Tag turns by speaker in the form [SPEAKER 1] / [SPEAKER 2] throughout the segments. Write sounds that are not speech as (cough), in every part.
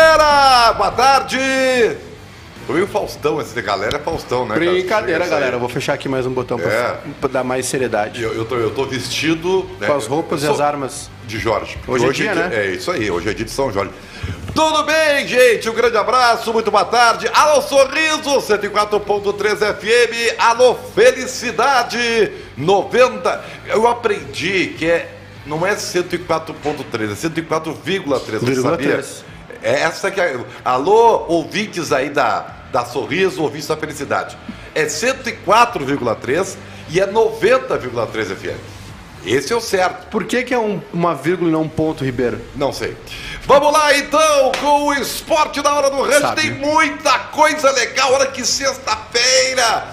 [SPEAKER 1] Olá, boa tarde! Comigo Faustão, esse galera é Faustão, né? cara?
[SPEAKER 2] Brincadeira,
[SPEAKER 1] Chega a sair.
[SPEAKER 2] galera. Eu Vou fechar aqui mais um botão pra,
[SPEAKER 1] É.
[SPEAKER 2] pra dar mais seriedade.
[SPEAKER 1] Eu, eu, tô, eu tô vestido. né,
[SPEAKER 2] Com as roupas
[SPEAKER 1] eu
[SPEAKER 2] e as
[SPEAKER 1] sou
[SPEAKER 2] armas.
[SPEAKER 1] De Jorge.
[SPEAKER 2] Hoje é dia, né?
[SPEAKER 1] É isso aí, hoje é dia de São Jorge. Tudo bem, gente? Um grande abraço, muito boa tarde. Alô, Sorriso, 104.3 FM. Alô, Felicidade, 90. Eu aprendi que é, não é 104.3, é 104,3. Você
[SPEAKER 2] Vírgula
[SPEAKER 1] sabia?
[SPEAKER 2] três.
[SPEAKER 1] É essa que é. Alô, ouvintes aí da, da Sorriso, ouvintes da Felicidade. É 104,3 e é 90,3 FM. Esse é o certo.
[SPEAKER 2] Por que, que é um- uma vírgula e não um ponto, Ribeiro?
[SPEAKER 1] Não sei. Vamos lá então com o esporte da hora do rancho.
[SPEAKER 2] Sabe.
[SPEAKER 1] Tem muita coisa legal. Olha que sexta-feira.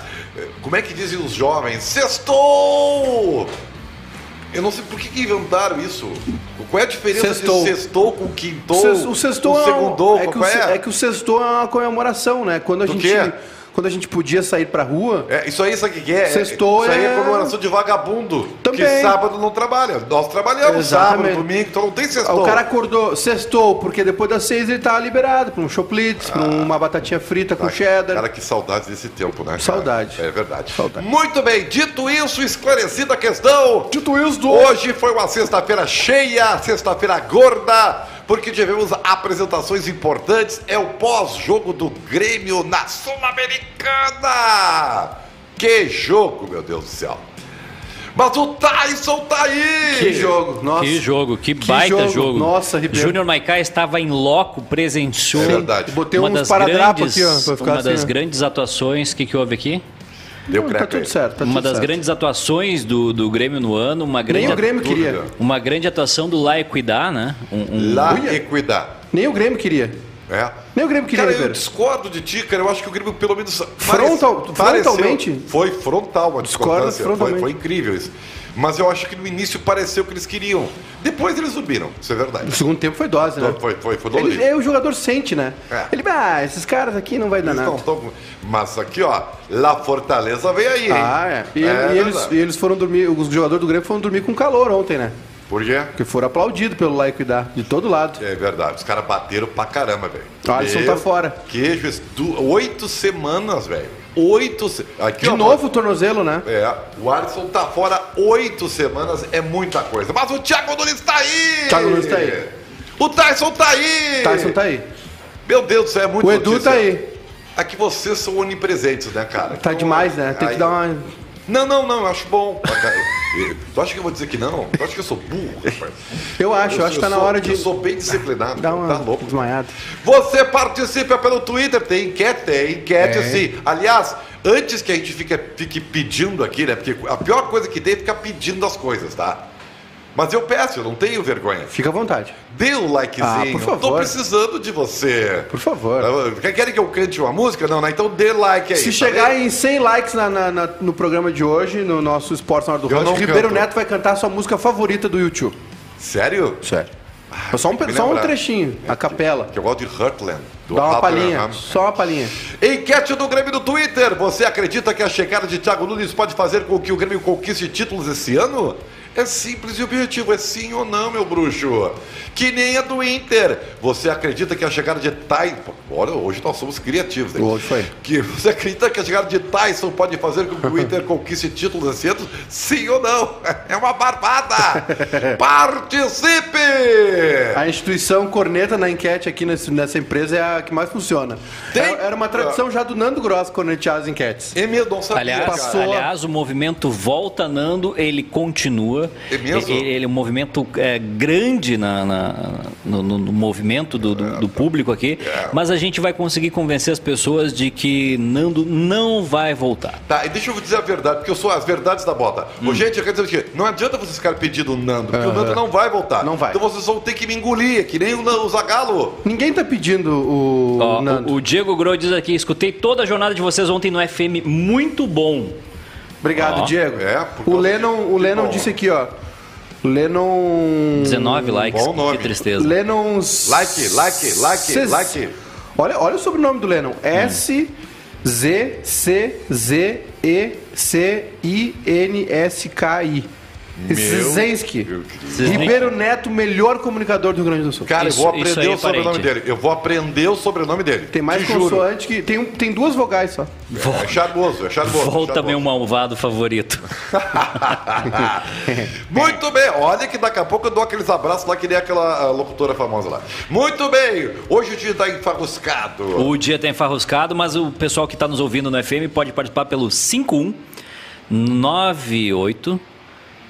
[SPEAKER 1] Como é que dizem os jovens? Sextou! Eu não sei por que, que inventaram isso. Qual é a diferença
[SPEAKER 2] Sextou.
[SPEAKER 1] de sextou com quintou?
[SPEAKER 2] Ses- o sextou
[SPEAKER 1] com
[SPEAKER 2] é, um-
[SPEAKER 1] segundou?
[SPEAKER 2] é, que o,
[SPEAKER 1] qual
[SPEAKER 2] se-
[SPEAKER 1] é?
[SPEAKER 2] é que o sextou é uma comemoração, né? Quando a
[SPEAKER 1] Do
[SPEAKER 2] gente
[SPEAKER 1] quê?
[SPEAKER 2] quando a gente podia sair pra rua,
[SPEAKER 1] É, isso aí, sabe o que que é?
[SPEAKER 2] Sextou
[SPEAKER 1] isso aí é
[SPEAKER 2] é-
[SPEAKER 1] comemoração de vagabundo. Que
[SPEAKER 2] Também.
[SPEAKER 1] sábado não trabalha. Nós trabalhamos
[SPEAKER 2] Exatamente.
[SPEAKER 1] sábado, domingo, então não tem sextou.
[SPEAKER 2] o cara acordou, sextou, porque depois das seis ele tá liberado pra um choplitz, pra uma batatinha frita com
[SPEAKER 1] Ah,
[SPEAKER 2] cheddar.
[SPEAKER 1] Cara, que saudade desse tempo, né? cara?
[SPEAKER 2] Saudade.
[SPEAKER 1] É verdade.
[SPEAKER 2] Saudade.
[SPEAKER 1] Muito bem, dito isso, esclarecida a questão.
[SPEAKER 2] Dito isso, do...
[SPEAKER 1] Hoje foi uma sexta-feira cheia, sexta-feira gorda, porque tivemos apresentações importantes. É o pós-jogo do Grêmio na Sul-Americana. Que jogo, meu Deus do céu. Mas o Tyson tá aí.
[SPEAKER 2] Que jogo, nossa.
[SPEAKER 3] Que jogo, que, baita
[SPEAKER 2] jogo.
[SPEAKER 3] jogo.
[SPEAKER 2] Nossa, Ribeiro.
[SPEAKER 3] Júnior Maicá estava em loco, presenciou.
[SPEAKER 1] É verdade.
[SPEAKER 2] Botei
[SPEAKER 3] uma
[SPEAKER 2] uns
[SPEAKER 3] das
[SPEAKER 2] paradrapos
[SPEAKER 3] grandes,
[SPEAKER 2] aqui, ó, pra ficar
[SPEAKER 3] Uma
[SPEAKER 2] assim,
[SPEAKER 3] das
[SPEAKER 2] ó.
[SPEAKER 3] grandes atuações, o que, que houve aqui?
[SPEAKER 1] Deu
[SPEAKER 2] Tá
[SPEAKER 1] crepe
[SPEAKER 2] tudo
[SPEAKER 1] aí.
[SPEAKER 2] certo, tá
[SPEAKER 3] uma
[SPEAKER 2] tudo
[SPEAKER 3] das
[SPEAKER 2] certo.
[SPEAKER 3] grandes atuações do, do Grêmio no ano, uma grande,
[SPEAKER 2] Nem o Grêmio
[SPEAKER 1] dúvida.
[SPEAKER 2] queria.
[SPEAKER 3] uma grande atuação do La Equidad, né? Um- um-
[SPEAKER 1] Lá
[SPEAKER 2] Olha.
[SPEAKER 1] e cuidar.
[SPEAKER 2] Nem o Grêmio queria.
[SPEAKER 1] É.
[SPEAKER 2] Nem o Grêmio queria,
[SPEAKER 1] Cara, eu
[SPEAKER 2] Ribeiro.
[SPEAKER 1] discordo de ti, cara. Eu acho que o Grêmio, pelo menos.
[SPEAKER 2] Frontal-
[SPEAKER 1] pareceu-
[SPEAKER 2] frontalmente?
[SPEAKER 1] Foi frontal a
[SPEAKER 2] Discorda
[SPEAKER 1] discordância. Foi,
[SPEAKER 2] frontalmente.
[SPEAKER 1] foi incrível isso. Mas eu acho que no início pareceu que eles queriam. Depois eles subiram. Isso é
[SPEAKER 2] No
[SPEAKER 1] verdade.
[SPEAKER 2] segundo tempo foi dose, né?
[SPEAKER 1] Foi, foi, foi, foi
[SPEAKER 2] Ele-
[SPEAKER 1] dolorido.
[SPEAKER 2] é, o jogador sente, né?
[SPEAKER 1] É.
[SPEAKER 2] Ele, ah, esses caras aqui não vai dar
[SPEAKER 1] Eles
[SPEAKER 2] nada.
[SPEAKER 1] não tão com- Mas aqui, ó, La Fortaleza veio aí, hein?
[SPEAKER 2] Ah, é. E, e eles,
[SPEAKER 1] verdade.
[SPEAKER 2] e eles foram dormir, os jogadores do Grêmio foram dormir com calor ontem, né?
[SPEAKER 1] Por quê?
[SPEAKER 2] Porque foram aplaudidos pelo laico da de todo lado.
[SPEAKER 1] É verdade, os caras bateram pra caramba, velho.
[SPEAKER 2] O Alisson
[SPEAKER 1] Meu
[SPEAKER 2] tá fora.
[SPEAKER 1] Queijo, es- du- oito semanas, velho. Oito. Se... Aqui,
[SPEAKER 2] De
[SPEAKER 1] ó,
[SPEAKER 2] novo o tornozelo, né?
[SPEAKER 1] É, o Alisson tá fora oito semanas, é muita coisa. Mas o Thiago Nunes tá aí!
[SPEAKER 2] Thiago Nunes tá aí.
[SPEAKER 1] O Tyson tá aí!
[SPEAKER 2] Tyson tá aí.
[SPEAKER 1] Meu Deus do céu, é muito
[SPEAKER 2] O Edu
[SPEAKER 1] notícia.
[SPEAKER 2] tá aí.
[SPEAKER 1] É que vocês são onipresentes, né, cara?
[SPEAKER 2] Tá
[SPEAKER 1] Então,
[SPEAKER 2] demais, né? Tem
[SPEAKER 1] aí-
[SPEAKER 2] que dar uma.
[SPEAKER 1] Não, não, não, eu acho bom. tu acha que eu vou dizer que não? Tu acha que eu sou burro, rapaz?
[SPEAKER 2] Eu acho, eu acho que tá na
[SPEAKER 1] sou-
[SPEAKER 2] hora de
[SPEAKER 1] Eu sou bem disciplinado,
[SPEAKER 2] dar uma
[SPEAKER 1] tá louco.
[SPEAKER 2] desmaiada.
[SPEAKER 1] Você participa pelo Twitter, tem enquete, tem enquete sim. Aliás, antes que a gente fique, fique pedindo aqui, né? Porque a pior coisa que tem é ficar pedindo as coisas, tá? Mas eu peço, eu não tenho vergonha.
[SPEAKER 2] Fica à vontade.
[SPEAKER 1] Dê o likezinho.
[SPEAKER 2] Ah, por favor.
[SPEAKER 1] Tô precisando de você. Ah,
[SPEAKER 2] Por favor.
[SPEAKER 1] Querem que eu cante uma música? Não, né? Então dê like aí. tá
[SPEAKER 2] Se chegar
[SPEAKER 1] bem?
[SPEAKER 2] em 100 likes na- na- na- no programa de hoje, no nosso Esporte na Hora do
[SPEAKER 1] Eu não
[SPEAKER 2] Rancho, Ribeiro
[SPEAKER 1] canto.
[SPEAKER 2] Neto vai cantar a sua música favorita do YouTube.
[SPEAKER 1] Sério?
[SPEAKER 2] Sério. Só um,
[SPEAKER 1] tem que me
[SPEAKER 2] só um
[SPEAKER 1] lembrar.
[SPEAKER 2] trechinho, a capela.
[SPEAKER 1] Que eu gosto de Heartland. do
[SPEAKER 2] Dá uma
[SPEAKER 1] Rutland
[SPEAKER 2] palhinha,
[SPEAKER 1] Ham.
[SPEAKER 2] só uma palhinha.
[SPEAKER 1] Enquete do Grêmio no Twitter. Você acredita que a chegada de Thiago Nunes pode fazer com que o Grêmio conquiste títulos esse ano? É simples e objetivo, é sim ou não, meu bruxo. Que nem a do Inter. Você acredita que a chegada de Tyson. Olha, hoje nós somos criativos, hein?
[SPEAKER 2] Hoje foi.
[SPEAKER 1] Que você acredita que a chegada de Tyson pode fazer com que o Inter conquiste títulos esse ano? Sim ou não? (laughs) É uma
[SPEAKER 2] (laughs)
[SPEAKER 1] barbada! Participe!
[SPEAKER 2] A instituição corneta na enquete aqui nesse- nessa empresa é a que mais funciona.
[SPEAKER 1] Tem-
[SPEAKER 2] Era, era uma tradição já do Nando Gross cornetear as enquetes.
[SPEAKER 1] Emílio, não sabia,
[SPEAKER 3] Aliás,
[SPEAKER 1] cara.
[SPEAKER 2] Passou.
[SPEAKER 3] aliás, o movimento Volta Nando, ele continua.
[SPEAKER 1] É mesmo?
[SPEAKER 3] Ele, ele é um movimento é, grande na, na- no, no- no movimento do, do- do público aqui.
[SPEAKER 1] É.
[SPEAKER 3] Mas a gente vai conseguir convencer as pessoas de que Nando não vai voltar.
[SPEAKER 1] Tá, e deixa eu dizer a verdade, porque eu sou as verdades da bota.
[SPEAKER 3] Hum.
[SPEAKER 1] Ô, gente, eu quero dizer o seguinte, não adianta vocês ficarem pedindo o Nando, porque o Nando não vai voltar.
[SPEAKER 2] Não vai.
[SPEAKER 1] Então vocês vão ter que me engolir, que nem o, Na- o Zagalo.
[SPEAKER 2] Ninguém tá pedindo o
[SPEAKER 3] Ó,
[SPEAKER 2] Nando.
[SPEAKER 3] o, o Diego Gro diz aqui: escutei toda a jornada de vocês ontem no FM, muito
[SPEAKER 1] Hum,
[SPEAKER 3] bom.
[SPEAKER 2] Obrigado,
[SPEAKER 3] Ó.
[SPEAKER 2] Diego.
[SPEAKER 1] É, por
[SPEAKER 2] o
[SPEAKER 1] causa
[SPEAKER 2] Lennon,
[SPEAKER 1] de-
[SPEAKER 2] o Lennon
[SPEAKER 1] bom.
[SPEAKER 2] disse aqui, ó. Lennon.
[SPEAKER 3] 19 likes,
[SPEAKER 1] bom nome.
[SPEAKER 3] que tristeza.
[SPEAKER 2] Lennon.
[SPEAKER 1] Like, like, like,
[SPEAKER 2] Ses-
[SPEAKER 1] like. Hum.
[SPEAKER 2] Olha, olha o sobrenome do Lennon. S Z C Z E C I N S K I.
[SPEAKER 1] Meu
[SPEAKER 2] Zizenski.
[SPEAKER 1] Deus do céu.
[SPEAKER 2] Ribeiro Neto, melhor comunicador do Rio Grande do Sul.
[SPEAKER 1] Cara,
[SPEAKER 3] Isso-
[SPEAKER 1] eu vou
[SPEAKER 3] isso
[SPEAKER 1] aprender
[SPEAKER 3] aí é
[SPEAKER 1] o sobrenome
[SPEAKER 3] parente.
[SPEAKER 1] dele. Eu vou aprender o sobrenome dele.
[SPEAKER 2] Tem mais
[SPEAKER 1] Te juro.
[SPEAKER 2] consoante que. Tem, um- tem duas vogais (laughs) só.
[SPEAKER 1] É charmoso, é charmoso.
[SPEAKER 3] Volta
[SPEAKER 1] charmoso.
[SPEAKER 3] meu malvado favorito.
[SPEAKER 1] Muito bem, olha que daqui a pouco eu dou aqueles abraços lá que nem aquela ah, locutora famosa lá. Muito bem, hoje o dia tá enfarruscado.
[SPEAKER 3] O dia tá enfarruscado, mas o pessoal que está nos ouvindo no FM pode participar pelo 51 98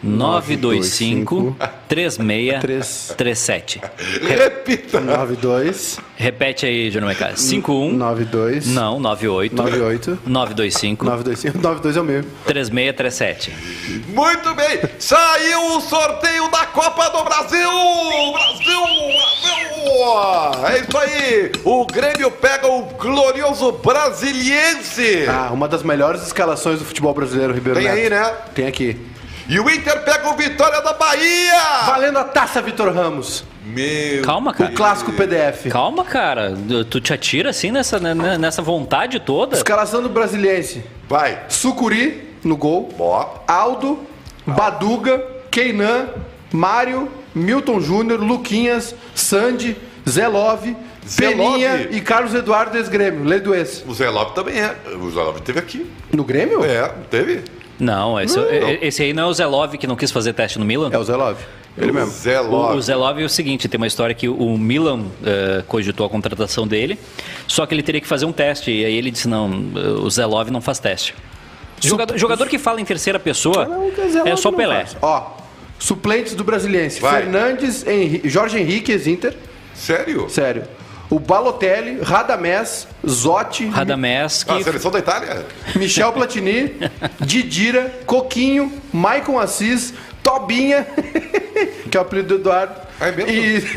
[SPEAKER 3] 925
[SPEAKER 2] Três.
[SPEAKER 3] 3637.
[SPEAKER 1] Repita.
[SPEAKER 2] 92,
[SPEAKER 3] Repete aí, Júnior Mecas. 51
[SPEAKER 2] 92.
[SPEAKER 3] Não, 98
[SPEAKER 2] 98.
[SPEAKER 3] 925
[SPEAKER 2] (laughs) 925, 92 é o mesmo.
[SPEAKER 3] 3637.
[SPEAKER 1] Muito bem, saiu o sorteio da Copa do Brasil! Brasil! Brasil! É isso aí! O Grêmio pega o glorioso Brasiliense!
[SPEAKER 2] Ah, uma das melhores escalações do futebol brasileiro, Ribeiro
[SPEAKER 1] Tem
[SPEAKER 2] Neto.
[SPEAKER 1] aí, né?
[SPEAKER 2] Tem aqui.
[SPEAKER 1] E o Inter pega o Vitória da Bahia!
[SPEAKER 2] Valendo a taça, Vitor Ramos.
[SPEAKER 1] Meu
[SPEAKER 3] Calma,
[SPEAKER 2] O
[SPEAKER 3] cara.
[SPEAKER 2] clássico PDF.
[SPEAKER 3] Calma, cara. Tu te atira assim nessa, né, né, nessa vontade toda?
[SPEAKER 2] Escalação do Brasiliense.
[SPEAKER 1] Vai!
[SPEAKER 2] Sucuri no gol.
[SPEAKER 1] Ó,
[SPEAKER 2] Aldo, Baduga, Keinan, Mário, Milton Júnior, Luquinhas, Sandy, Zé Love,
[SPEAKER 1] Zé
[SPEAKER 2] Peninha
[SPEAKER 1] Love.
[SPEAKER 2] e Carlos Eduardo ex-grêmio. Lê do ex.
[SPEAKER 1] o Zé Lopes também é. O Zé Lopes teve aqui.
[SPEAKER 2] No Grêmio?
[SPEAKER 1] É, teve?
[SPEAKER 3] Não, esse, esse aí não é o Zelov que não quis fazer teste no Milan?
[SPEAKER 2] É o Zé Love. Ele
[SPEAKER 1] o
[SPEAKER 2] mesmo.
[SPEAKER 1] Zé
[SPEAKER 3] O, o
[SPEAKER 1] Lopes.
[SPEAKER 3] Zelov é o seguinte, tem uma história que o Milan eh, cogitou a contratação dele, só que ele teria que fazer um teste, e aí ele disse, não, eh, o Zelov não faz teste. Jogador, jogador que fala em terceira pessoa é só Pelé.
[SPEAKER 2] Ó, suplentes do Brasiliense.
[SPEAKER 1] Vai.
[SPEAKER 2] Fernandes, Henri- Jorge Henrique, ex-Inter.
[SPEAKER 1] Sério?
[SPEAKER 2] Sério. O Balotelli, Radamés, Zotti,
[SPEAKER 3] Radamés, que
[SPEAKER 1] A seleção da Itália?
[SPEAKER 2] Michel Platini, Didira, Coquinho, Maicon Assis, Tobinha, (laughs) que é o apelido do Eduardo.
[SPEAKER 1] É mesmo?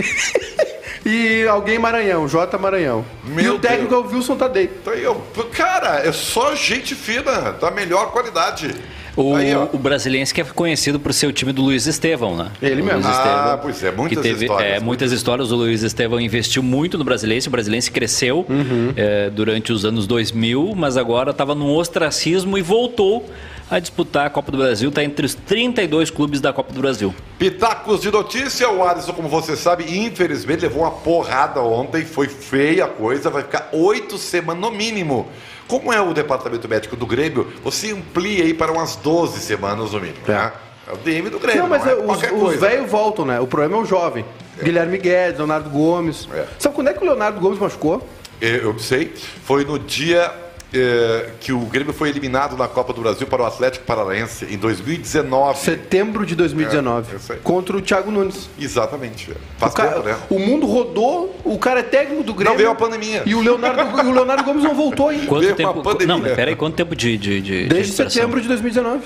[SPEAKER 2] E, (laughs) e alguém Maranhão, J Maranhão. e
[SPEAKER 1] Meu
[SPEAKER 2] o técnico é o Wilson Tadei.
[SPEAKER 1] Então, aí, eu, cara, é só gente fina, da melhor qualidade.
[SPEAKER 3] o,
[SPEAKER 1] Aí, ó.
[SPEAKER 3] o brasiliense que é conhecido por ser o time do Luiz Estevão, né?
[SPEAKER 2] Ele
[SPEAKER 3] O
[SPEAKER 2] mesmo.
[SPEAKER 3] Luiz
[SPEAKER 1] Ah,
[SPEAKER 3] Estevão,
[SPEAKER 1] pois é, muitas
[SPEAKER 3] que teve,
[SPEAKER 1] histórias,
[SPEAKER 3] é,
[SPEAKER 1] muitas.
[SPEAKER 3] muitas histórias. O Luiz Estevão investiu muito no brasiliense, o brasiliense cresceu
[SPEAKER 1] Uhum.
[SPEAKER 3] eh, durante os anos 2000, mas agora estava num ostracismo e voltou a disputar a Copa do Brasil, está entre os 32 clubes da Copa do Brasil.
[SPEAKER 1] Pitacos de notícia, o Alisson, como você sabe, infelizmente levou uma porrada ontem, foi feia a coisa, vai ficar oito semanas no mínimo. Como é o departamento médico do Grêmio, você amplia aí para umas 12 semanas no mínimo, né? É o DM do Grêmio,
[SPEAKER 2] Não, mas
[SPEAKER 1] é
[SPEAKER 2] é,
[SPEAKER 1] qualquer
[SPEAKER 2] os, os
[SPEAKER 1] coisa.
[SPEAKER 2] velhos voltam, né? O problema é o jovem. Guilherme Guedes, Leonardo Gomes.
[SPEAKER 1] É.
[SPEAKER 2] Sabe quando é que o Leonardo Gomes machucou?
[SPEAKER 1] Eu eu sei, foi no dia eh, que o Grêmio foi eliminado na Copa do Brasil para o Atlético Paranaense, em 2019.
[SPEAKER 2] Setembro de 2019.
[SPEAKER 1] É, eu sei.
[SPEAKER 2] contra o Thiago Nunes.
[SPEAKER 1] Exatamente. Faz
[SPEAKER 2] O, cara-
[SPEAKER 1] tempo, né?
[SPEAKER 2] o mundo rodou, o cara é técnico do Grêmio.
[SPEAKER 1] veio a pandemia.
[SPEAKER 2] E o Leonardo, e o Leonardo Gomes não voltou ainda.
[SPEAKER 3] Quanto
[SPEAKER 1] Veio uma
[SPEAKER 3] tempo?
[SPEAKER 1] pandemia.
[SPEAKER 3] Não, mas peraí, quanto tempo de. de, de de
[SPEAKER 2] Desde
[SPEAKER 3] recuperação?
[SPEAKER 2] setembro de 2019.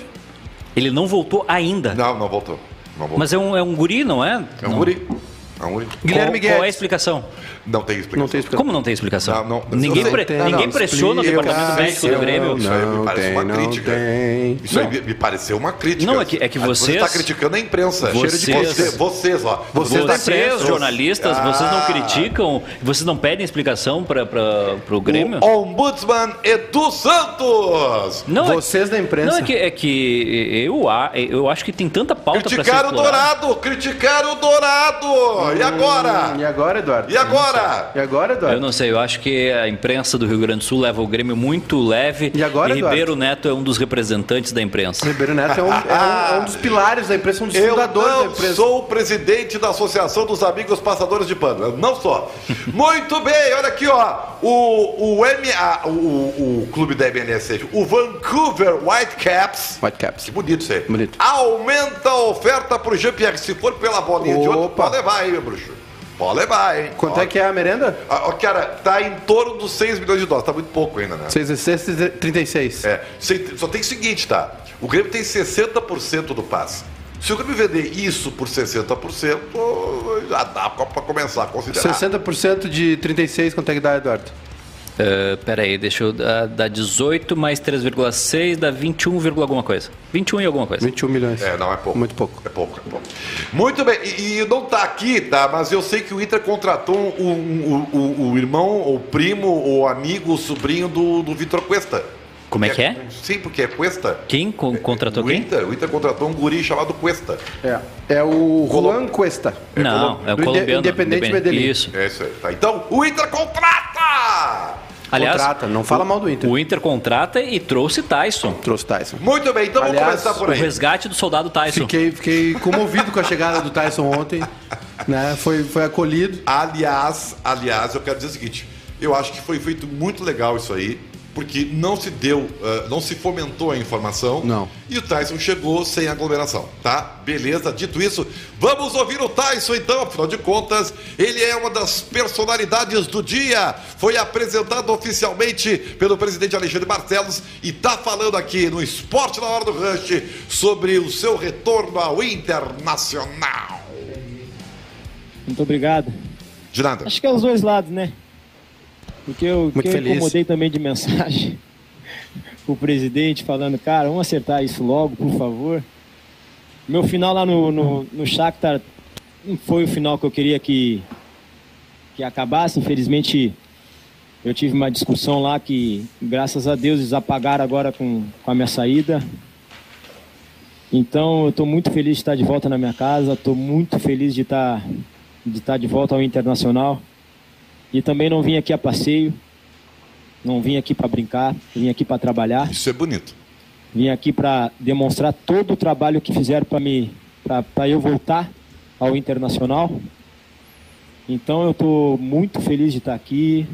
[SPEAKER 3] Ele não voltou ainda.
[SPEAKER 1] Não, não voltou. Não voltou.
[SPEAKER 3] Mas é um, é um guri, não é?
[SPEAKER 1] é um
[SPEAKER 3] Não.
[SPEAKER 1] guri. É um guri.
[SPEAKER 2] Guilherme
[SPEAKER 3] qual, qual é a
[SPEAKER 2] Guedes.
[SPEAKER 3] explicação?
[SPEAKER 1] Não tem explicação.
[SPEAKER 2] Não tem explicação.
[SPEAKER 3] Como não tem explicação?
[SPEAKER 1] Não, não.
[SPEAKER 3] Ninguém,
[SPEAKER 1] Eu
[SPEAKER 3] pre-
[SPEAKER 2] sei. Não,
[SPEAKER 3] ninguém
[SPEAKER 2] não,
[SPEAKER 3] pressionou o
[SPEAKER 1] explica- Ah,
[SPEAKER 3] departamento médico do
[SPEAKER 1] Não,
[SPEAKER 3] Grêmio.
[SPEAKER 1] Isso aí me
[SPEAKER 2] Não
[SPEAKER 1] parece
[SPEAKER 2] tem,
[SPEAKER 1] uma
[SPEAKER 2] não
[SPEAKER 1] crítica.
[SPEAKER 2] tem.
[SPEAKER 1] Isso aí me, me pareceu uma crítica. Ah,
[SPEAKER 3] Não, é que- é que
[SPEAKER 1] Você está
[SPEAKER 3] vocês-
[SPEAKER 1] criticando a imprensa.
[SPEAKER 3] Vocês-
[SPEAKER 1] Cheiro de você, vocês, ó.
[SPEAKER 3] Vocês,
[SPEAKER 2] tá
[SPEAKER 1] da imprensa.
[SPEAKER 3] tá jornalistas, vocês não
[SPEAKER 1] Ah.
[SPEAKER 3] criticam, vocês não pedem explicação para o Grêmio?
[SPEAKER 1] O Ombudsman Edu Santos.
[SPEAKER 3] Não,
[SPEAKER 2] Vocês da
[SPEAKER 3] é,
[SPEAKER 2] imprensa.
[SPEAKER 3] não é, que, é que eu, a- eu acho que tem tanta pauta para ser
[SPEAKER 1] Criticaram o
[SPEAKER 3] explorada.
[SPEAKER 1] Dourado, criticaram o Dourado. e agora?
[SPEAKER 2] Hum, E agora, Eduardo?
[SPEAKER 1] E agora?
[SPEAKER 2] E agora,
[SPEAKER 3] Eu
[SPEAKER 2] Eduardo?
[SPEAKER 3] não sei, eu acho que a imprensa do Rio Grande do Sul leva o Grêmio muito leve.
[SPEAKER 2] E agora, Eduardo?
[SPEAKER 3] Ribeiro Neto é um dos representantes da imprensa.
[SPEAKER 2] Ribeiro Neto é um, é um- é um dos pilares da imprensa, um dos
[SPEAKER 1] Eu
[SPEAKER 2] fundadores da
[SPEAKER 1] não
[SPEAKER 2] imprensa.
[SPEAKER 1] sou o presidente da Associação dos Amigos Passadores de Pano. Eu não sou. Muito bem, olha aqui, ó. O, o, MA, o, o clube da MNS, o Vancouver Whitecaps.
[SPEAKER 2] Whitecaps.
[SPEAKER 1] Que bonito isso aí.
[SPEAKER 2] Bonito.
[SPEAKER 1] Aumenta a oferta pro Jean-Pierre. Se for pela bolinha de ouro,
[SPEAKER 2] Opa.
[SPEAKER 1] pode levar, hein, meu bruxo. Pode levar, hein.
[SPEAKER 2] Quanto é que é a merenda?
[SPEAKER 1] Ó, cara, tá em torno dos 6 milhões de dólares. Tá muito pouco ainda, né?
[SPEAKER 2] 66, 36.
[SPEAKER 1] É, se- só tem o seguinte, tá? O Grêmio tem 60% do passe. Se o Grêmio vender isso por 60%, já dá pra pra começar a considerar.
[SPEAKER 2] 60% de 36, quanto é que dá, Eduardo?
[SPEAKER 3] Eh, Pera aí, deixa eu dar, dar 18 mais 3,6 dá 21, vírgula alguma coisa. 21 e alguma coisa.
[SPEAKER 2] 21 milhões.
[SPEAKER 1] É, não, é pouco.
[SPEAKER 2] Muito pouco.
[SPEAKER 1] É pouco, é pouco. Muito bem, e, e não tá aqui, tá? Mas eu sei que o Inter contratou o um, um- um- um irmão, ou primo, ou amigo, ou sobrinho do, do Vitor Cuesta.
[SPEAKER 3] Como é que é?
[SPEAKER 1] Sim, porque é Cuesta.
[SPEAKER 3] Quem con- contratou
[SPEAKER 1] o
[SPEAKER 3] quem?
[SPEAKER 1] Inter, o Inter contratou um guri chamado Cuesta.
[SPEAKER 2] É, é o Juan Cuesta.
[SPEAKER 3] Não, é o
[SPEAKER 2] do Inde-
[SPEAKER 3] colombiano.
[SPEAKER 2] Independente Medellín.
[SPEAKER 3] Isso.
[SPEAKER 1] É isso aí. Tá, então, o Inter contrata!
[SPEAKER 3] Aliás,
[SPEAKER 2] Contrata, não fala mal do Inter.
[SPEAKER 3] o Inter contrata e trouxe Tyson.
[SPEAKER 2] Trouxe Tyson.
[SPEAKER 1] Muito bem, então vamos
[SPEAKER 2] Aliás,
[SPEAKER 1] começar por
[SPEAKER 3] O
[SPEAKER 1] aí.
[SPEAKER 3] resgate do soldado Tyson.
[SPEAKER 2] Fiquei, fiquei comovido com a chegada do Tyson ontem. Né? Foi, foi acolhido.
[SPEAKER 1] Aliás, aliás, eu quero dizer o seguinte: eu acho que foi feito muito legal isso aí, porque não se deu, ah, não se fomentou a informação.
[SPEAKER 2] Não.
[SPEAKER 1] E o Tyson chegou sem aglomeração, tá? Beleza, dito isso, vamos ouvir o Tyson então, afinal de contas, ele é uma das personalidades do dia. Foi apresentado oficialmente pelo presidente Alexandre Barcelos e tá falando aqui no Esporte na Hora do Rush sobre o seu retorno ao Internacional.
[SPEAKER 4] Muito obrigado.
[SPEAKER 1] De nada.
[SPEAKER 4] Acho que é os dois lados, né? Porque eu,
[SPEAKER 2] Muito
[SPEAKER 4] que eu
[SPEAKER 2] feliz.
[SPEAKER 4] incomodei também de mensagem (laughs) o presidente falando, cara, vamos acertar isso logo, por favor. Meu final lá no, no, no Shakhtar não foi o final que eu queria que, que acabasse. Infelizmente, eu tive uma discussão lá que, graças a Deus, eles apagaram agora com, com a minha saída. Então, eu estou muito feliz de estar de volta na minha casa, estou muito feliz de estar, de estar de volta ao Internacional. E também não vim aqui a passeio, não vim aqui para brincar, vim aqui para trabalhar.
[SPEAKER 1] Isso é bonito.
[SPEAKER 4] Vim aqui para demonstrar todo o trabalho que fizeram para me para eu voltar ao Internacional. Então eu estou muito feliz de estar aqui,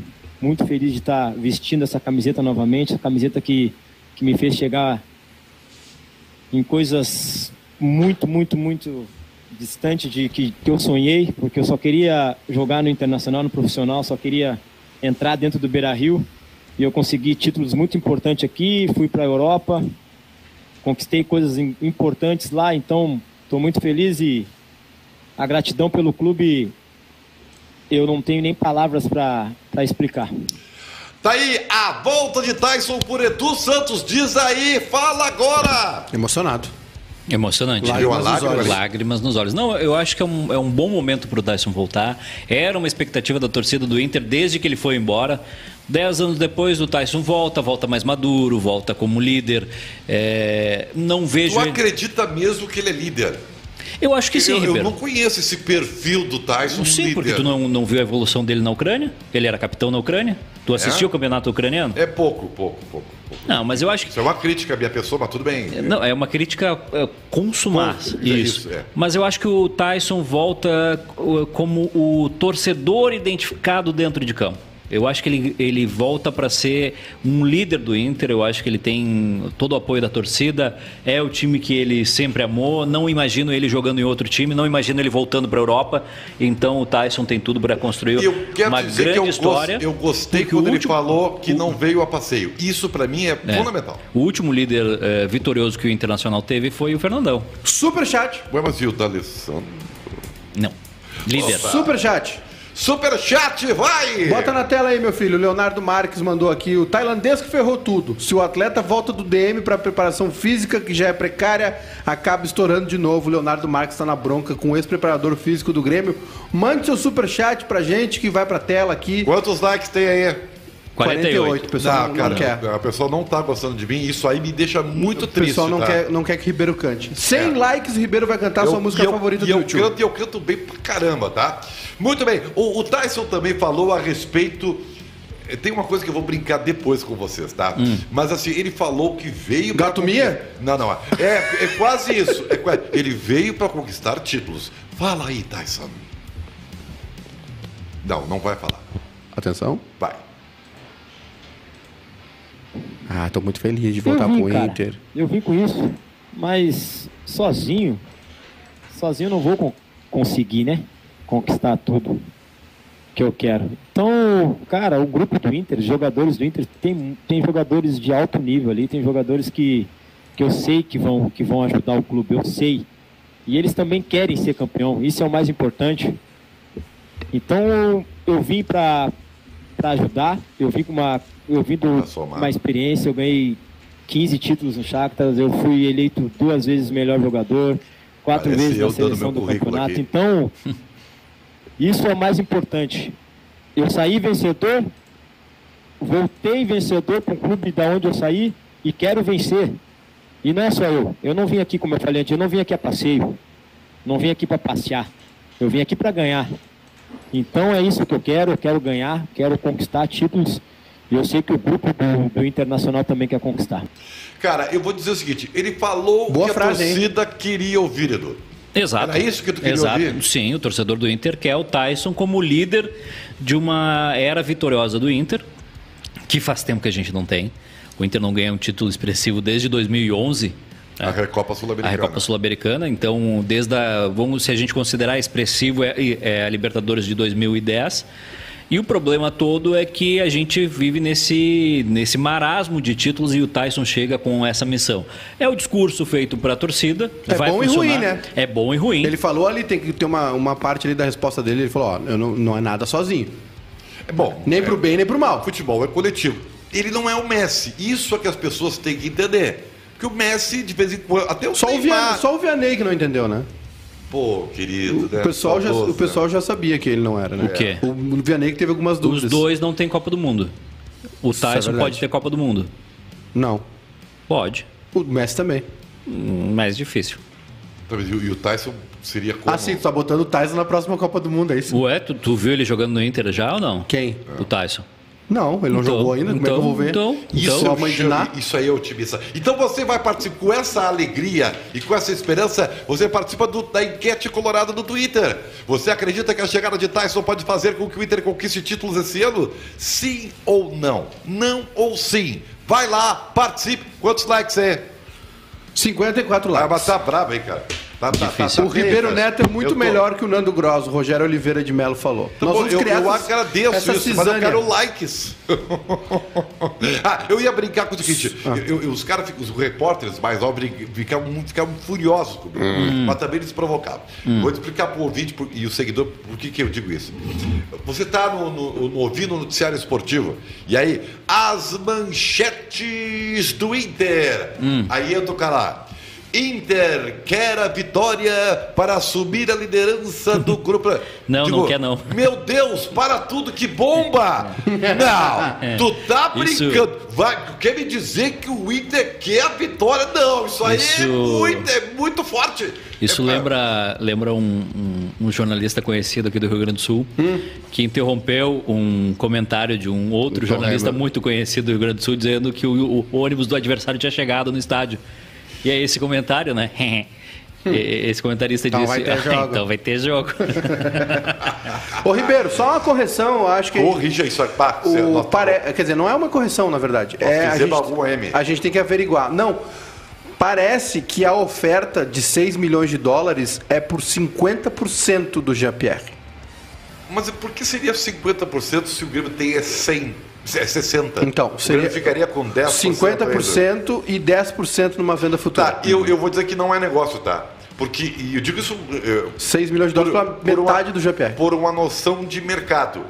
[SPEAKER 4] muito feliz de estar vestindo essa camiseta novamente, essa camiseta que, que me fez chegar em coisas muito, muito, muito distante de que, que eu sonhei, porque eu só queria jogar no internacional, no profissional, só queria entrar dentro do Beira Rio. E eu consegui títulos muito importantes aqui, fui para a Europa, conquistei coisas im- importantes lá, então estou muito feliz e a gratidão pelo clube eu não tenho nem palavras para explicar.
[SPEAKER 1] Tá aí a volta de Tyson por Edu Santos. Diz aí, fala agora!
[SPEAKER 2] Emocionado.
[SPEAKER 3] Emocionante.
[SPEAKER 2] Lágrimas Deu uma nos
[SPEAKER 1] lágrima olhos. ali.
[SPEAKER 3] Lágrimas nos olhos. Não, eu acho que é um, é um bom momento para o Tyson voltar. Era uma expectativa da torcida do Inter desde que ele foi embora. Dez anos depois, o Tyson volta, volta mais maduro, volta como líder. É, não vejo.
[SPEAKER 1] Tu
[SPEAKER 3] ele-
[SPEAKER 1] acredita mesmo que ele é líder?
[SPEAKER 3] Eu acho que sim,
[SPEAKER 1] eu, eu
[SPEAKER 3] Ribeiro.
[SPEAKER 1] não conheço esse perfil do Tyson
[SPEAKER 3] Sim,
[SPEAKER 1] líder.
[SPEAKER 3] porque tu não, não viu a evolução dele na Ucrânia? Ele era capitão na Ucrânia? Tu assistiu o campeonato ucraniano?
[SPEAKER 1] É pouco, pouco, pouco, pouco.
[SPEAKER 3] Não, mas eu acho que.
[SPEAKER 1] Isso é uma crítica à minha pessoa, mas tudo bem.
[SPEAKER 3] Não, é uma crítica é, consumar.
[SPEAKER 1] Cons- é
[SPEAKER 3] Isso.
[SPEAKER 1] isso, é.
[SPEAKER 3] Mas eu acho que o Tyson volta uh, como o torcedor identificado dentro de campo. Eu acho que ele, ele volta para ser um líder do Inter. Eu acho que ele tem todo o apoio da torcida. É o time que ele sempre amou. Não imagino ele jogando em outro time. Não imagino ele voltando para a Europa. Então o Tyson tem tudo para construir
[SPEAKER 1] E eu quero
[SPEAKER 3] uma
[SPEAKER 1] dizer
[SPEAKER 3] grande
[SPEAKER 1] que eu, gos-
[SPEAKER 3] história.
[SPEAKER 1] eu gostei
[SPEAKER 3] Porque o
[SPEAKER 1] quando ele
[SPEAKER 3] último-
[SPEAKER 1] falou que não veio a passeio. Isso pra mim é, fundamental.
[SPEAKER 3] O último líder eh, vitorioso que o Internacional teve foi o Fernandão.
[SPEAKER 2] Superchat.
[SPEAKER 1] Vamos ver o D'Alessandro.
[SPEAKER 3] Não. Líder.
[SPEAKER 2] Superchat.
[SPEAKER 1] Superchat, vai!
[SPEAKER 2] Bota na tela aí, meu filho. O Leonardo Marques mandou aqui. O tailandês que ferrou tudo. Se o atleta volta do DM para preparação física, que já é precária, acaba estourando de novo. O Leonardo Marques está na bronca com o ex-preparador físico do Grêmio. Mande seu superchat pra gente que vai pra tela aqui.
[SPEAKER 1] Quantos likes tem aí?
[SPEAKER 3] 48.
[SPEAKER 2] pessoal.
[SPEAKER 1] Não,
[SPEAKER 2] Não,
[SPEAKER 1] Tá, cara,
[SPEAKER 2] não quer.
[SPEAKER 1] a pessoa não tá gostando de mim, isso aí me deixa muito
[SPEAKER 2] O
[SPEAKER 1] triste.
[SPEAKER 2] pessoal não,
[SPEAKER 1] tá?
[SPEAKER 2] quer, não quer que Ribeiro cante. 100 likes, Ribeiro vai cantar sua música
[SPEAKER 1] e eu,
[SPEAKER 2] favorita
[SPEAKER 1] e
[SPEAKER 2] do
[SPEAKER 1] eu
[SPEAKER 2] YouTube.
[SPEAKER 1] canto, e eu canto bem pra caramba, tá? Muito bem, o, o Tyson também falou a respeito. eh, Tem uma coisa que eu vou brincar depois com vocês, tá? Mas assim, ele falou que veio. pra
[SPEAKER 2] Hum. Gato Mia?
[SPEAKER 1] conquistar- Não, não. É, é quase isso. é quase- Ele veio pra conquistar títulos. Fala aí, Tyson. Não, não vai falar.
[SPEAKER 5] Atenção.
[SPEAKER 1] Vai.
[SPEAKER 5] Ah, tô muito feliz de voltar pro
[SPEAKER 4] Uhum, cara.
[SPEAKER 5] Inter.
[SPEAKER 4] Eu vim com isso, mas sozinho, sozinho eu não vou con- conseguir, né? Conquistar tudo que eu quero. Então, cara, o grupo do Inter, os jogadores do Inter, tem, tem jogadores de alto nível ali, tem jogadores que, que eu sei que vão, que vão ajudar o clube, eu sei. E eles também querem ser campeão, isso é o mais importante. Então, eu, eu vim pra, pra ajudar, eu vim com uma. Eu vim do,
[SPEAKER 1] Pra somar.
[SPEAKER 4] uma experiência, eu ganhei 15 títulos no Shakhtar, eu fui eleito duas vezes melhor jogador, quatro
[SPEAKER 1] Parece
[SPEAKER 4] vezes
[SPEAKER 1] eu
[SPEAKER 4] na
[SPEAKER 1] dando
[SPEAKER 4] seleção
[SPEAKER 1] meu
[SPEAKER 4] do
[SPEAKER 1] currículo
[SPEAKER 4] campeonato.
[SPEAKER 1] aqui.
[SPEAKER 4] Então, isso é o mais importante. Eu saí vencedor, voltei vencedor para o clube da onde eu saí e quero vencer. E não é só eu. Eu não vim aqui, como eu falei antes, eu não vim aqui a passeio. Não vim aqui para passear. Eu vim aqui para ganhar. Então é isso que eu quero. Eu quero ganhar, quero conquistar títulos. E eu sei que o grupo do, do Internacional também quer conquistar.
[SPEAKER 1] Cara, eu vou dizer o seguinte: ele falou o
[SPEAKER 2] Boa
[SPEAKER 1] que
[SPEAKER 2] frase,
[SPEAKER 1] a
[SPEAKER 2] hein?
[SPEAKER 1] torcida queria ouvir, Edu.
[SPEAKER 3] Exato.
[SPEAKER 1] Era isso que tu queria
[SPEAKER 3] Exato.
[SPEAKER 1] ouvir?
[SPEAKER 3] Sim, o torcedor do Inter quer o Tyson como líder de uma era vitoriosa do Inter, que faz tempo que a gente não tem. O Inter não ganha um título expressivo desde 2011,
[SPEAKER 1] A Recopa
[SPEAKER 3] É. a
[SPEAKER 1] Sul-Americana.
[SPEAKER 3] Recopa Sul-Americana. Então, desde a, vamos, se a gente considerar expressivo, é, é a Libertadores de 2010. E o problema todo é que a gente vive nesse, nesse marasmo de títulos e o Tyson chega com essa missão. É o discurso feito para a torcida.
[SPEAKER 2] É
[SPEAKER 3] vai
[SPEAKER 2] bom e
[SPEAKER 3] funcionar.
[SPEAKER 2] ruim, né?
[SPEAKER 3] É bom e ruim.
[SPEAKER 2] Ele falou ali, tem que ter uma, uma parte ali da resposta dele, ele falou, ó, eu não, não é nada sozinho.
[SPEAKER 1] É Bom,
[SPEAKER 2] Nem pro bem, nem pro mal.
[SPEAKER 1] futebol é coletivo. Ele não é o Messi. Isso é que as pessoas têm que entender. Porque o Messi, de vez em quando, até o
[SPEAKER 2] Só o,
[SPEAKER 1] Neymar...
[SPEAKER 2] Vian, só o Vianney que não entendeu, né?
[SPEAKER 1] Pô, querido, né?
[SPEAKER 2] O pessoal, já, o pessoal já sabia que ele não era, né?
[SPEAKER 3] O quê?
[SPEAKER 2] O Vianney que teve algumas
[SPEAKER 3] Os
[SPEAKER 2] dúvidas.
[SPEAKER 3] dois não têm Copa do Mundo. O
[SPEAKER 2] é
[SPEAKER 3] Tyson
[SPEAKER 2] verdade.
[SPEAKER 3] pode ter Copa do Mundo.
[SPEAKER 2] Não.
[SPEAKER 3] Pode.
[SPEAKER 2] O Messi também.
[SPEAKER 3] Hum, Mais difícil.
[SPEAKER 1] E né? o Tyson seria como?
[SPEAKER 2] Ah, sim, tu tá botando o Tyson na próxima Copa do Mundo, é isso?
[SPEAKER 3] Ué, tu, tu viu ele jogando no Inter já ou não?
[SPEAKER 2] Quem?
[SPEAKER 3] O Tyson.
[SPEAKER 2] Não, ele não jogou ainda, como é que eu vou ver?
[SPEAKER 3] Então,
[SPEAKER 1] Isso,
[SPEAKER 2] Então,
[SPEAKER 1] é
[SPEAKER 2] a mãe de
[SPEAKER 1] chame-
[SPEAKER 2] Ná?
[SPEAKER 1] isso aí é otimista. Então você vai participar com essa alegria e com essa esperança, você participa do- da enquete colorada do Twitter. Você acredita que a chegada de Tyson pode fazer com que o Inter conquiste títulos esse ano? Sim ou não? Não ou sim? Vai lá, participe. Quantos likes é?
[SPEAKER 2] 54
[SPEAKER 1] Ah,
[SPEAKER 2] lá.
[SPEAKER 1] mas tá brabo, hein, cara? Tá, tá, tá, tá
[SPEAKER 2] o
[SPEAKER 1] bem,
[SPEAKER 2] Ribeiro
[SPEAKER 1] cara.
[SPEAKER 2] Neto é muito
[SPEAKER 1] Eu tô-
[SPEAKER 2] melhor que o Nando Gross, o Rogério Oliveira de Melo falou.
[SPEAKER 1] Tá bom, eu, eu
[SPEAKER 2] essas-
[SPEAKER 1] agradeço
[SPEAKER 2] essa
[SPEAKER 1] isso, mas eu
[SPEAKER 2] cisânia.
[SPEAKER 1] quero likes. (laughs) ah, eu ia brincar com o seguinte,
[SPEAKER 3] Ah.
[SPEAKER 1] eu- eu- os caras, ficam- os repórteres mais óbvios ficavam, ficavam furiosos comigo,
[SPEAKER 3] Hum.
[SPEAKER 1] mas também eles provocavam. Vou explicar pro ouvinte por- e o seguidor por que que eu digo isso. Você tá no, no- no- ouvindo o noticiário esportivo, e aí, as manchetes do Inter.
[SPEAKER 3] Hum.
[SPEAKER 1] Aí entra o cara lá. Inter quer a vitória para assumir a liderança
[SPEAKER 3] (laughs)
[SPEAKER 1] do grupo.
[SPEAKER 3] Não, não quer não.
[SPEAKER 1] Meu Deus, para tudo que bomba! Não, tu tá
[SPEAKER 3] Isso-
[SPEAKER 1] brincando. Vai, quer me dizer que o Inter quer a vitória? Não, isso aí é,
[SPEAKER 3] Isso-
[SPEAKER 1] muito, é muito forte.
[SPEAKER 3] Isso
[SPEAKER 1] É,
[SPEAKER 3] lembra, lembra um, um- um jornalista conhecido aqui do Rio Grande do Sul
[SPEAKER 2] Hum.
[SPEAKER 3] que interrompeu um comentário de um outro
[SPEAKER 5] Então,
[SPEAKER 3] jornalista
[SPEAKER 5] lembra.
[SPEAKER 3] muito conhecido do Rio Grande do Sul dizendo que o, o ônibus do adversário tinha chegado no estádio. E é esse comentário, né? (laughs) E- Esse
[SPEAKER 2] Hum.
[SPEAKER 3] comentarista
[SPEAKER 2] Então
[SPEAKER 3] disse:
[SPEAKER 2] vai
[SPEAKER 3] (laughs)
[SPEAKER 2] ter jogo."
[SPEAKER 3] então vai
[SPEAKER 2] (laughs)
[SPEAKER 3] ter jogo.
[SPEAKER 2] Ô Ribeiro, só uma correção, eu acho que...
[SPEAKER 1] Corrija isso aí, pá. você-
[SPEAKER 2] O
[SPEAKER 1] nós-
[SPEAKER 2] pare... Quer dizer, não é uma correção, na verdade. É, a,
[SPEAKER 1] fizemos
[SPEAKER 2] gente...
[SPEAKER 1] alguma M.
[SPEAKER 2] a gente tem que averiguar. Não, parece que a oferta de 6 milhões de dólares é por 50% do Jean-Pierre.
[SPEAKER 1] Mas por que seria 50% se o Grêmio tem é 100? É 60?
[SPEAKER 2] Então,
[SPEAKER 1] O
[SPEAKER 2] seria-
[SPEAKER 1] Grêmio ficaria com 10%. ainda.
[SPEAKER 2] 50% e 10% numa venda futura.
[SPEAKER 1] Tá, eu, eu vou dizer que não é negócio, tá? Porque, e eu digo isso... eh,
[SPEAKER 2] 6 milhões de dólares pela
[SPEAKER 1] uma-
[SPEAKER 2] Então, metade do Jean-Pierre.
[SPEAKER 1] Por uma noção de mercado.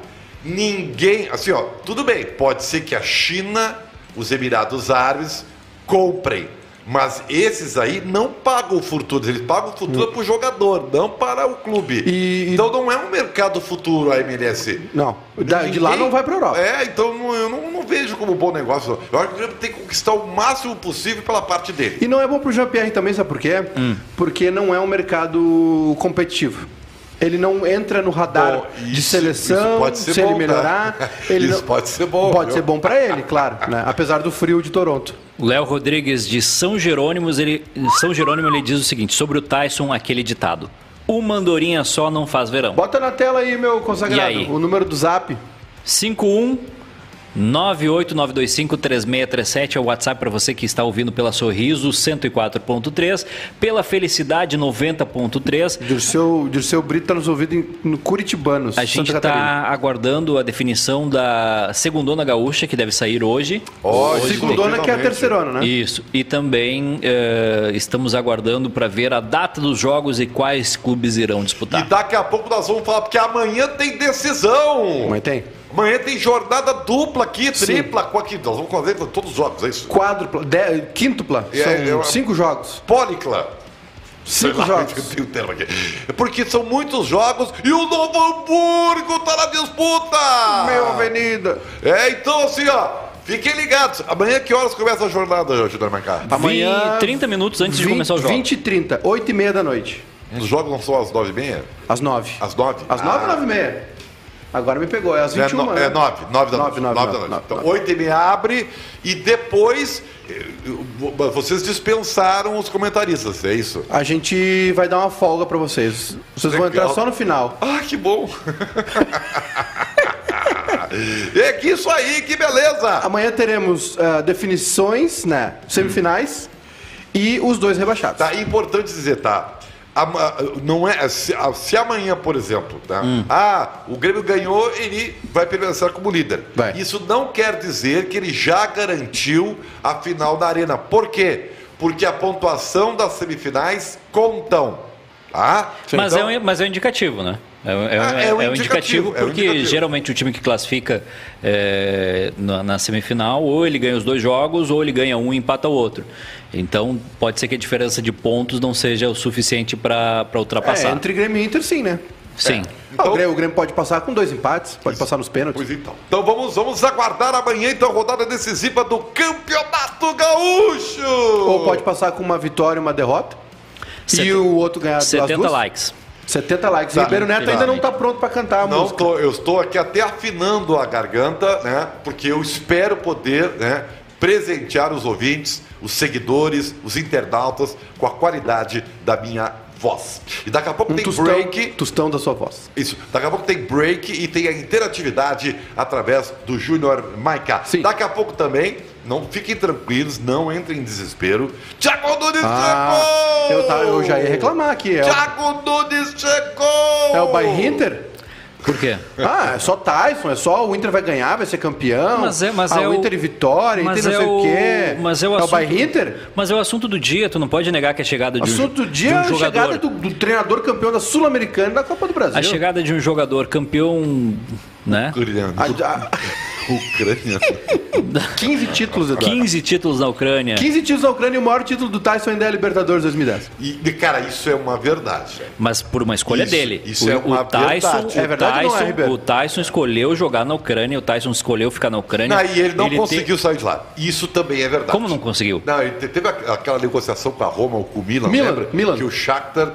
[SPEAKER 1] Ninguém, assim, ó, tudo bem, pode ser que a China, os Emirados Árabes comprem, mas esses aí não pagam futuros, eles pagam futura para o jogador, não para o clube.
[SPEAKER 2] Hum. E-
[SPEAKER 1] Então não é um mercado futuro a MLS.
[SPEAKER 2] Não, da- de lá
[SPEAKER 1] Ninguém-
[SPEAKER 2] não vai para Europa.
[SPEAKER 1] É, então não- eu não, não vejo como bom negócio. Eu acho que o Grêmio tem que conquistar o máximo possível pela parte dele.
[SPEAKER 2] E não é bom pro Jean-Pierre também, sabe por quê?
[SPEAKER 1] Hum.
[SPEAKER 2] Porque não é um mercado competitivo. Ele não entra no radar
[SPEAKER 1] Bom,
[SPEAKER 2] de
[SPEAKER 1] isso-
[SPEAKER 2] seleção,
[SPEAKER 1] isso pode ser
[SPEAKER 2] se
[SPEAKER 1] bom,
[SPEAKER 2] ele
[SPEAKER 1] tá?
[SPEAKER 2] melhorar.
[SPEAKER 1] (laughs)
[SPEAKER 2] Ele
[SPEAKER 1] Isso
[SPEAKER 2] não-
[SPEAKER 1] pode ser bom,
[SPEAKER 2] Pode
[SPEAKER 1] viu?
[SPEAKER 2] ser bom pra ele, claro, né? apesar do frio de Toronto.
[SPEAKER 3] O Léo Rodrigues de São Jerônimo, ele, São Jerônimo ele diz o seguinte: sobre o Tyson, aquele ditado. Uma andorinha só não faz verão.
[SPEAKER 2] Bota na tela aí, meu consagrado,
[SPEAKER 3] E aí?
[SPEAKER 2] o número do zap.
[SPEAKER 3] 51 989253637 é o WhatsApp para você que está ouvindo pela Sorriso 104.3, pela Felicidade 90.3.
[SPEAKER 2] Dirceu, Dirceu Brito tá nos ouvindo em, no Curitibanos,
[SPEAKER 3] A gente tá
[SPEAKER 2] Santa Catarina.
[SPEAKER 3] está aguardando a definição da segundona gaúcha, que deve sair hoje.
[SPEAKER 1] Ó,
[SPEAKER 2] Segundo Segundona que é a
[SPEAKER 1] finalmente.
[SPEAKER 2] terceirona, né?
[SPEAKER 3] Isso. E também eh, estamos aguardando para ver a data dos jogos e quais clubes irão
[SPEAKER 1] E
[SPEAKER 2] Tá.
[SPEAKER 3] disputar.
[SPEAKER 1] daqui a pouco nós vamos falar, porque amanhã tem decisão.
[SPEAKER 2] Mas tem.
[SPEAKER 1] Amanhã tem jornada dupla aqui, tripla, com aqui. Nós vamos fazer todos os jogos, é isso?
[SPEAKER 2] Quádrupla, de, quíntupla,
[SPEAKER 1] É,
[SPEAKER 2] são
[SPEAKER 1] eu-
[SPEAKER 2] cinco jogos.
[SPEAKER 1] Pólicla. Sei
[SPEAKER 2] Cinco
[SPEAKER 1] lá,
[SPEAKER 2] jogos.
[SPEAKER 1] eu tenho um termo aqui. Porque são muitos jogos e o Novo Hamburgo tá na disputa.
[SPEAKER 2] Ah, Meu avenida.
[SPEAKER 1] É, então assim, ó. Fiquem ligados. Amanhã que horas começa a jornada, Júnior Marcar?
[SPEAKER 2] Tá Amanhã-
[SPEAKER 3] 30 minutos antes de
[SPEAKER 2] Vin-
[SPEAKER 3] começar o jogo.
[SPEAKER 2] 20 e 30, 8 e meia da noite.
[SPEAKER 1] Os jogos não são às nove e meia?
[SPEAKER 2] Às 9.
[SPEAKER 1] Às nove?
[SPEAKER 2] Às 9 ou 9 e meia? Agora me pegou, é às
[SPEAKER 1] É,
[SPEAKER 2] 21
[SPEAKER 1] no,
[SPEAKER 2] né?
[SPEAKER 1] é nove, nove da
[SPEAKER 2] Nove,
[SPEAKER 1] noite. nove
[SPEAKER 2] nove,
[SPEAKER 1] da
[SPEAKER 2] nove,
[SPEAKER 1] noite.
[SPEAKER 2] nove,
[SPEAKER 1] então,
[SPEAKER 2] nove.
[SPEAKER 1] oito e meia abre e depois eh, vo- vocês dispensaram os comentaristas, é isso?
[SPEAKER 2] A gente vai dar uma folga pra vocês. Vocês vão
[SPEAKER 1] Legal.
[SPEAKER 2] entrar só no final.
[SPEAKER 1] Ah, que bom! (laughs) é que isso aí, que beleza!
[SPEAKER 2] Amanhã teremos ah, definições, né? Semifinais e os dois rebaixados.
[SPEAKER 1] Tá, é importante dizer, tá? Ama- Não é, se, a- se amanhã, por exemplo, tá?
[SPEAKER 2] Hum.
[SPEAKER 1] ah, o Grêmio ganhou, ele vai permanecer como líder.
[SPEAKER 2] Vai.
[SPEAKER 1] Isso não quer dizer que ele já garantiu a final da Arena. Por quê? Porque a pontuação das semifinais contam. Tá?
[SPEAKER 3] Mas,
[SPEAKER 1] Então-
[SPEAKER 3] é um, mas é um indicativo, né? É, um- é um-
[SPEAKER 1] Ah,
[SPEAKER 3] é um indicativo,
[SPEAKER 1] é um
[SPEAKER 3] porque
[SPEAKER 1] indicativo.
[SPEAKER 3] geralmente o time que classifica é, na, na semifinal, ou ele ganha os dois jogos, ou ele ganha um e empata o outro. Então, pode ser que a diferença de pontos não seja o suficiente para
[SPEAKER 2] É,
[SPEAKER 3] ultrapassar.
[SPEAKER 2] entre Grêmio e Inter, sim, né?
[SPEAKER 3] Sim.
[SPEAKER 2] Ah, o, Grêmio, o Grêmio pode passar com dois empates, pode passar nos pênaltis.
[SPEAKER 1] então, Pois então. Então vamos, vamos aguardar amanhã, então, a rodada decisiva do Campeonato Gaúcho.
[SPEAKER 2] Ou pode passar com uma vitória e uma derrota.
[SPEAKER 3] Seten-
[SPEAKER 2] E o outro ganhar as
[SPEAKER 3] 70
[SPEAKER 2] duas.
[SPEAKER 3] likes.
[SPEAKER 2] 70 likes.
[SPEAKER 1] Tá.
[SPEAKER 2] Ribeiro Neto ainda não tá pronto pra cantar a
[SPEAKER 1] Não
[SPEAKER 2] música.
[SPEAKER 1] tô, eu estou aqui até afinando a garganta, né? Porque eu espero poder, né? Presentear os ouvintes, os seguidores, os internautas com a qualidade da minha voz. E daqui a pouco
[SPEAKER 2] Um
[SPEAKER 1] tem
[SPEAKER 2] tostão,
[SPEAKER 1] break.
[SPEAKER 2] tostão da sua voz.
[SPEAKER 1] Isso. Daqui a pouco tem break e tem a interatividade através do Júnior Maica.
[SPEAKER 2] Sim.
[SPEAKER 1] Daqui a pouco também, não fiquem tranquilos, não entrem em desespero. Tiago Nunes
[SPEAKER 2] Ah,
[SPEAKER 1] chegou!
[SPEAKER 2] eu, tá- eu já ia reclamar aqui. É, o-
[SPEAKER 1] Tiago Nunes chegou!
[SPEAKER 2] é o Bayern Inter?
[SPEAKER 3] Por quê?
[SPEAKER 2] Ah, é só Tyson, é só o Inter vai ganhar, vai ser campeão.
[SPEAKER 3] Mas é- mas
[SPEAKER 2] ah,
[SPEAKER 3] é
[SPEAKER 2] o
[SPEAKER 3] o-
[SPEAKER 2] Inter e vitória,
[SPEAKER 3] mas
[SPEAKER 2] Inter não
[SPEAKER 3] é
[SPEAKER 2] sei o
[SPEAKER 3] o-
[SPEAKER 2] quê.
[SPEAKER 3] mas é o
[SPEAKER 2] é o
[SPEAKER 3] assunto-
[SPEAKER 2] Bayern Inter?
[SPEAKER 3] Mas é o assunto do dia, tu não pode negar que a chegada de um-
[SPEAKER 2] Assunto do dia
[SPEAKER 3] de um
[SPEAKER 2] é a
[SPEAKER 3] jogador...
[SPEAKER 2] chegada do, do treinador campeão da Sul-Americana e da Copa do Brasil.
[SPEAKER 3] A chegada de um jogador campeão, né?
[SPEAKER 1] Ucraniano.
[SPEAKER 2] A- a-
[SPEAKER 1] (laughs) Ucraniano.
[SPEAKER 2] 15 títulos, Eduardo.
[SPEAKER 3] 15 títulos na Ucrânia.
[SPEAKER 2] 15 títulos da Ucrânia e o maior título do Tyson ainda é a Libertadores 2010.
[SPEAKER 1] E, e, cara, isso é uma verdade.
[SPEAKER 3] Mas por uma escolha
[SPEAKER 1] Isso-
[SPEAKER 3] dele.
[SPEAKER 1] isso
[SPEAKER 3] o,
[SPEAKER 1] é uma
[SPEAKER 3] o Tyson,
[SPEAKER 1] verdade.
[SPEAKER 2] É
[SPEAKER 3] o,
[SPEAKER 2] verdade ou não é,
[SPEAKER 3] Tyson
[SPEAKER 2] Ribeiro?
[SPEAKER 3] o Tyson escolheu jogar na Ucrânia, o Tyson escolheu ficar na
[SPEAKER 2] é-
[SPEAKER 3] Ucrânia.
[SPEAKER 1] Não, e ele não
[SPEAKER 3] te-
[SPEAKER 1] conseguiu sair de lá. Isso também é verdade.
[SPEAKER 3] Como não conseguiu?
[SPEAKER 1] Não, ele te- teve a- aquela negociação com a Roma, ou com o Milan,
[SPEAKER 2] Milan,
[SPEAKER 1] lembra?
[SPEAKER 2] Milan.
[SPEAKER 1] Que o Shakhtar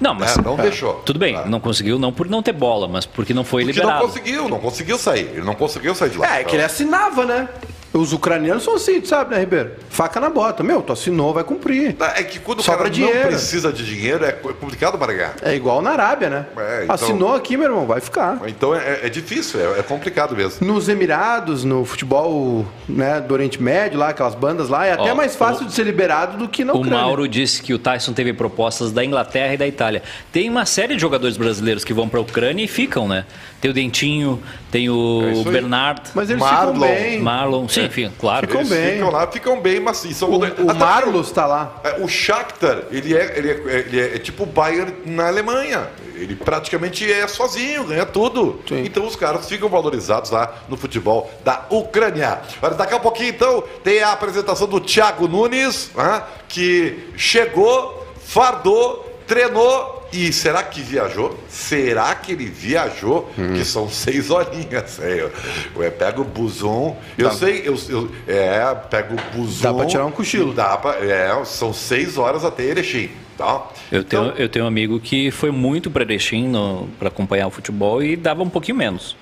[SPEAKER 3] Não, mas tá.
[SPEAKER 1] né, não deixou.
[SPEAKER 3] tudo bem,
[SPEAKER 1] Ah.
[SPEAKER 3] não conseguiu não por não ter bola, mas porque não foi
[SPEAKER 1] Porque não
[SPEAKER 3] liberado.
[SPEAKER 1] conseguiu, não conseguiu sair. Ele não conseguiu sair de lá.
[SPEAKER 2] É, é que ele assinava, né? Os ucranianos são assim, tu sabe, né, Ribeiro? Faca na bota. Meu, tu assinou, vai cumprir.
[SPEAKER 1] É que quando o
[SPEAKER 2] Sobra
[SPEAKER 1] cara não
[SPEAKER 2] dinheiro.
[SPEAKER 1] precisa de dinheiro, é co- é complicado para ganhar.
[SPEAKER 2] É igual na Arábia, né?
[SPEAKER 1] É, então-
[SPEAKER 2] Assinou aqui, meu irmão, vai ficar.
[SPEAKER 1] Então é, é difícil, é, é complicado mesmo.
[SPEAKER 2] Nos Emirados, no futebol né, do Oriente Médio, lá, aquelas bandas lá, é até
[SPEAKER 3] Ó,
[SPEAKER 2] mais fácil
[SPEAKER 3] o-
[SPEAKER 2] de ser liberado do que na
[SPEAKER 3] O
[SPEAKER 2] Ucrânia.
[SPEAKER 3] Mauro disse que o Tyson teve propostas da Inglaterra e da Itália. Tem uma série de jogadores brasileiros que vão para a Ucrânia e ficam, né? Tem o Dentinho, tem
[SPEAKER 1] É
[SPEAKER 3] o
[SPEAKER 1] isso aí.
[SPEAKER 3] Bernardo,
[SPEAKER 2] Mas eles
[SPEAKER 1] Marlon.
[SPEAKER 2] ficam bem.
[SPEAKER 3] Marlon. Sim, enfim, claro.
[SPEAKER 2] Ficam bem.
[SPEAKER 1] Ficam lá, ficam bem, mas sim, são
[SPEAKER 2] O, o
[SPEAKER 1] até-
[SPEAKER 2] Marlos tá lá.
[SPEAKER 1] É, O Shakhtar, ele é, ele é- ele é- é tipo o Bayern na Alemanha. Ele praticamente é sozinho, ganha tudo. Então os caras ficam valorizados lá no futebol da Ucrânia. Olha, daqui a pouquinho, então, tem a apresentação do Thiago Nunes, né, que chegou, fardou, treinou. E será que viajou? Será que ele viajou?
[SPEAKER 2] Hum.
[SPEAKER 1] Que são seis horinhas. (laughs) É, eu- eu pego o busão. Eu sei, eu, eu- é, pego o busão.
[SPEAKER 2] pra tirar um cochilo.
[SPEAKER 1] Dá pra, é, são seis horas até Erechim, tá?
[SPEAKER 3] Eu tenho,
[SPEAKER 1] Então,
[SPEAKER 3] eu tenho um amigo que foi muito para Erechim para acompanhar o futebol e dava um pouquinho menos.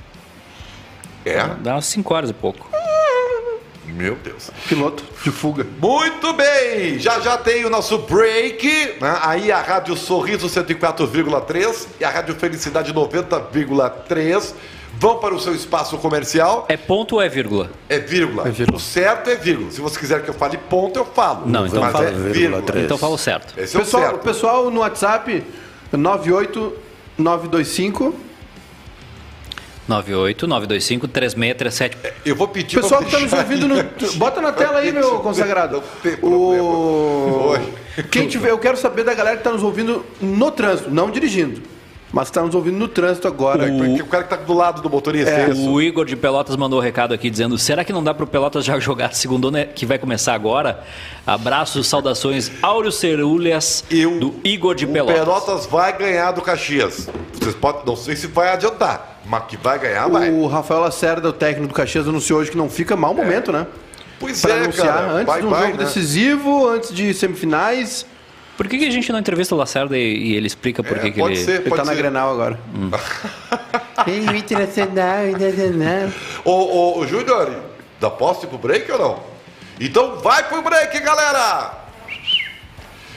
[SPEAKER 1] é,
[SPEAKER 3] Dava 5 horas e pouco.
[SPEAKER 1] meu Deus.
[SPEAKER 2] Piloto de fuga.
[SPEAKER 1] Muito bem, já já tem o nosso break, né? aí a Rádio Sorriso 104,3 e a Rádio Felicidade 90,3 vão para o seu espaço comercial,
[SPEAKER 3] É ponto ou é vírgula?
[SPEAKER 1] é vírgula.
[SPEAKER 2] É vírgula.
[SPEAKER 1] O certo é vírgula. Se você quiser que eu fale ponto, eu falo.
[SPEAKER 3] Não, então
[SPEAKER 1] Mas
[SPEAKER 3] fala
[SPEAKER 1] é vírgula.
[SPEAKER 5] três.
[SPEAKER 3] Então fala o certo.
[SPEAKER 1] Esse é o
[SPEAKER 2] Pessoal,
[SPEAKER 1] certo.
[SPEAKER 2] pessoal no WhatsApp, 98925.
[SPEAKER 3] 98 925 3637.
[SPEAKER 1] Eu vou pedir pra
[SPEAKER 2] Pessoal que tá nos
[SPEAKER 1] deixar
[SPEAKER 2] ouvindo no.
[SPEAKER 1] (laughs)
[SPEAKER 2] Bota na tela aí, meu consagrado.
[SPEAKER 1] Não tem problema.
[SPEAKER 2] O...
[SPEAKER 1] Oi.
[SPEAKER 2] Quem tiver, eu quero saber da galera que tá nos ouvindo no trânsito, não dirigindo. mas está nos ouvindo no trânsito agora.
[SPEAKER 1] Porque o cara que tá do lado do motorista, é, isso.
[SPEAKER 3] O Igor de Pelotas mandou um recado aqui dizendo: será que não dá pro Pelotas já (laughs) jogar segunda que vai começar agora? Abraços, saudações, Áureo Cerulhas
[SPEAKER 1] Eu-
[SPEAKER 3] do Igor de
[SPEAKER 1] o
[SPEAKER 3] Pelotas.
[SPEAKER 1] Pelotas vai ganhar do Caxias. Vocês podem, não sei se vai adiantar, mas que vai ganhar, vai.
[SPEAKER 2] O Rafael Lacerda, o técnico do Caxias, anunciou hoje que não fica mau momento, né?
[SPEAKER 1] Pois
[SPEAKER 2] Para
[SPEAKER 1] é,
[SPEAKER 2] anunciar
[SPEAKER 1] cara.
[SPEAKER 2] antes
[SPEAKER 1] vai,
[SPEAKER 2] de um
[SPEAKER 1] vai,
[SPEAKER 2] jogo
[SPEAKER 1] né?
[SPEAKER 2] decisivo, antes de semifinais.
[SPEAKER 3] Por que, que a gente não entrevista o Lacerda e, e ele explica por
[SPEAKER 1] É,
[SPEAKER 3] que, que
[SPEAKER 1] pode
[SPEAKER 3] ele.
[SPEAKER 1] ser,
[SPEAKER 2] Ele
[SPEAKER 1] pode
[SPEAKER 2] tá na
[SPEAKER 1] ser. Hum.
[SPEAKER 2] Grenal agora. internacional, internacional.
[SPEAKER 1] Ô, ô, ô, Júnior, dá posse pro break ou não? Então vai pro break, galera!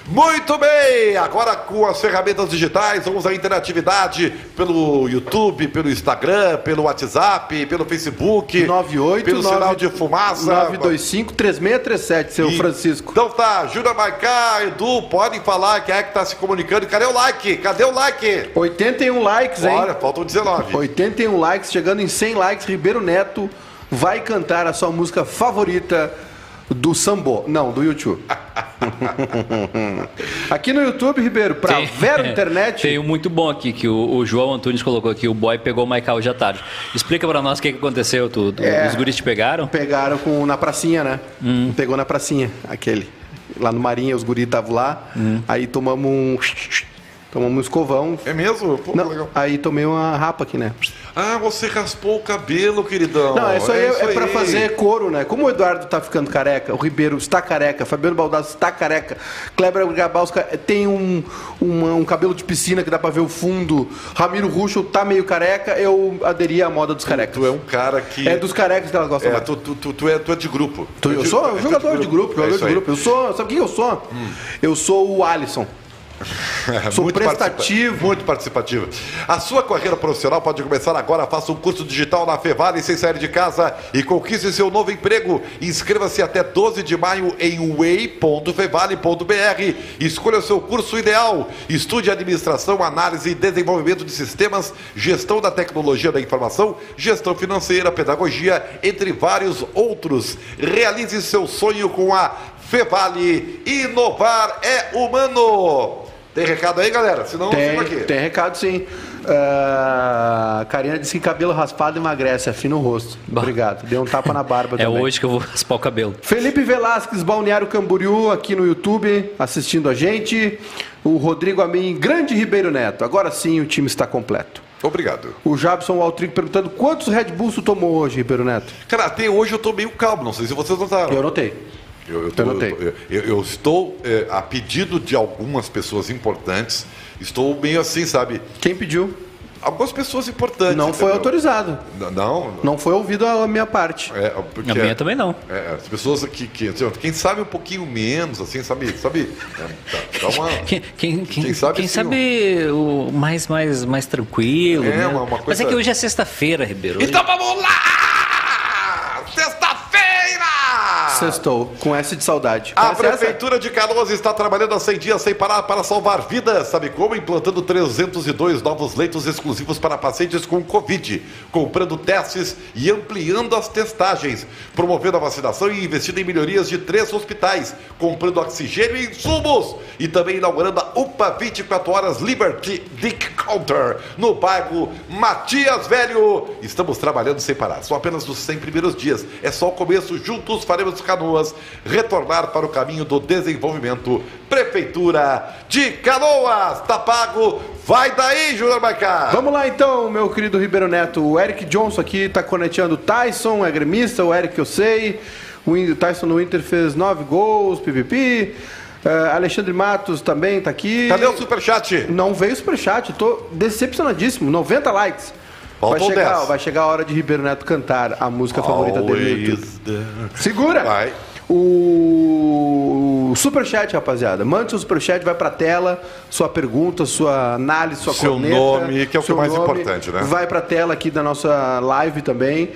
[SPEAKER 1] Muito bem! Agora com as ferramentas digitais, vamos à interatividade pelo YouTube, pelo Instagram, pelo WhatsApp, pelo Facebook,
[SPEAKER 2] 98
[SPEAKER 1] pelo
[SPEAKER 2] nove- um,
[SPEAKER 1] sinal de fumaça.
[SPEAKER 2] 925 3637, seu
[SPEAKER 1] E-
[SPEAKER 2] Francisco.
[SPEAKER 1] Então tá, Júnior Maicá, Edu, podem falar quem é que tá se comunicando. Cadê o like? Cadê o like?
[SPEAKER 2] 81 likes, hein?
[SPEAKER 1] Olha, faltam 19.
[SPEAKER 2] 81 likes, chegando em 100 likes, Ribeiro Neto vai cantar a sua música favorita do Sambo. Não, do YouTube. Aqui no YouTube, Ribeiro, pra
[SPEAKER 3] Tem- (laughs)
[SPEAKER 2] Vero Internet.
[SPEAKER 3] Tem um muito bom aqui que o, o João Antunes colocou aqui. O boy pegou o Michael hoje à tarde. Explica pra nós o que, que aconteceu. Tu, tu-
[SPEAKER 2] É.
[SPEAKER 3] Os guris te pegaram?
[SPEAKER 2] Pegaram com, na pracinha, né?
[SPEAKER 3] Hum.
[SPEAKER 2] Pegou na pracinha, aquele. Lá no Marinha, os guris estavam lá.
[SPEAKER 3] Hum.
[SPEAKER 2] Aí tomamos um. (laughs) Tomamos um escovão.
[SPEAKER 1] É mesmo? Pô,
[SPEAKER 2] Não,
[SPEAKER 1] legal.
[SPEAKER 2] aí tomei uma rapa aqui, né?
[SPEAKER 1] Ah, você raspou o cabelo, queridão.
[SPEAKER 2] Não, é isso aí, é,
[SPEAKER 1] isso
[SPEAKER 2] pra
[SPEAKER 1] aí.
[SPEAKER 2] fazer couro, né? Como o Eduardo tá ficando careca, o Ribeiro está careca, Fabiano Baldassi está careca, Kleber Gabalska tem um, uma- um cabelo de piscina que dá pra ver o fundo, Ramiro Ruxo tá meio careca, eu aderi à moda dos carecas.
[SPEAKER 1] Tu é um cara que.
[SPEAKER 2] É dos carecas que ela gosta
[SPEAKER 1] É,
[SPEAKER 2] mais.
[SPEAKER 1] tu, tu, tu, tu é, tu é de grupo.
[SPEAKER 2] Tu- eu
[SPEAKER 1] É de-
[SPEAKER 2] sou
[SPEAKER 1] é
[SPEAKER 2] um jogador de grupo,
[SPEAKER 1] É
[SPEAKER 2] jogador
[SPEAKER 1] isso
[SPEAKER 2] de
[SPEAKER 1] aí. (laughs)
[SPEAKER 2] grupo. Eu sou, sabe quem eu sou?
[SPEAKER 1] Hum.
[SPEAKER 2] Eu sou o Alisson. sou
[SPEAKER 1] Muito
[SPEAKER 2] prestativo.
[SPEAKER 1] participa- muito participativo. A sua carreira profissional pode começar agora. Faça um curso digital na Fevale sem sair de casa e conquiste seu novo emprego. Inscreva-se até 12 de maio em way.fevale.br. Escolha o seu curso ideal. Estude administração, análise e desenvolvimento de sistemas, gestão da tecnologia da informação, gestão financeira, pedagogia, entre vários outros. Realize seu sonho com a Fevale. Inovar é humano. Tem recado aí, galera? Senão eu fico aqui.
[SPEAKER 2] Tem, tem recado sim. Ah, a Karina disse que cabelo raspado emagrece, afina o rosto. Obrigado. Deu um tapa na barba
[SPEAKER 3] É
[SPEAKER 2] também.
[SPEAKER 3] hoje que eu vou raspar o cabelo.
[SPEAKER 2] Felipe Velasquez, Balneário Camboriú, aqui no YouTube, assistindo a gente. O Rodrigo Amin, grande Ribeiro Neto. Agora sim o time está completo.
[SPEAKER 1] Obrigado.
[SPEAKER 2] O Jabson Altrico perguntando quantos Red Bulls tu tomou hoje, Ribeiro Neto?
[SPEAKER 1] Cara, até hoje eu tô meio calmo, não sei se vocês notaram.
[SPEAKER 2] Eu anotei.
[SPEAKER 1] Eu, eu tô-
[SPEAKER 2] Eu notei.
[SPEAKER 1] eu- eu- eu estou, é, a pedido de algumas pessoas importantes, estou meio assim, sabe?
[SPEAKER 2] Quem pediu?
[SPEAKER 1] Algumas pessoas importantes.
[SPEAKER 2] Não foi
[SPEAKER 1] entendeu?
[SPEAKER 2] autorizado.
[SPEAKER 1] N- Não,
[SPEAKER 2] Não foi ouvido a minha parte.
[SPEAKER 1] É, porque,
[SPEAKER 3] A minha também não.
[SPEAKER 1] é, as pessoas que, que- quem sabe um pouquinho menos, assim, sabe? sabe É, tá, dá, dá uma...
[SPEAKER 3] (laughs) Quem, quem, quem,
[SPEAKER 1] Quem sabe,
[SPEAKER 3] quem
[SPEAKER 1] sim,
[SPEAKER 3] sabe o mais, mais, mais tranquilo.
[SPEAKER 1] É,
[SPEAKER 3] né?
[SPEAKER 1] uma- uma
[SPEAKER 3] Mas é
[SPEAKER 1] coisa-
[SPEAKER 3] que hoje é sexta-feira, Ribeiro.
[SPEAKER 1] Então vamos lá!
[SPEAKER 2] Ah.
[SPEAKER 1] Sexta-feira!
[SPEAKER 2] Sextou, com S de saudade.
[SPEAKER 1] A
[SPEAKER 2] Parece essa? é
[SPEAKER 1] Prefeitura de Canoas está trabalhando há 100 dias sem parar para salvar vidas, sabe como? Implantando 302 novos leitos exclusivos para pacientes com Covid, comprando testes e ampliando as testagens, promovendo a vacinação e investindo em melhorias de três hospitais, comprando oxigênio e insumos e também inaugurando a UPA 24 horas Liberty Dick Counter no bairro Matias Velho. Estamos trabalhando sem parar, são apenas os 100 primeiros dias. É só o começo, juntos faremos Canoas retornar para o caminho do desenvolvimento. Prefeitura de Canoas, tá pago? Vai daí, Júnior Maicá!
[SPEAKER 2] Vamos lá então, meu querido Ribeiro Neto. O Eric Johnson aqui tá conectando o Tyson, é gremista, o Eric eu sei. O In- Tyson no Inter fez nove gols, PVP. Eh, Alexandre Matos também tá aqui.
[SPEAKER 1] Cadê o superchat?
[SPEAKER 2] Não veio o superchat, eu tô decepcionadíssimo. 90 likes. Vai
[SPEAKER 1] Faltam
[SPEAKER 2] chegar,
[SPEAKER 1] 10.
[SPEAKER 2] vai chegar a hora de Ribeiro Neto cantar a música favorita dele no YouTube.
[SPEAKER 1] Always there.
[SPEAKER 2] Segura!
[SPEAKER 1] Vai.
[SPEAKER 2] O superchat, rapaziada. Mande seu superchat, vai pra tela, sua pergunta, sua análise, sua
[SPEAKER 1] Seu
[SPEAKER 2] corneta.
[SPEAKER 1] nome, que é o que
[SPEAKER 2] seu
[SPEAKER 1] é mais importante, né?
[SPEAKER 2] Vai pra tela aqui da nossa live também.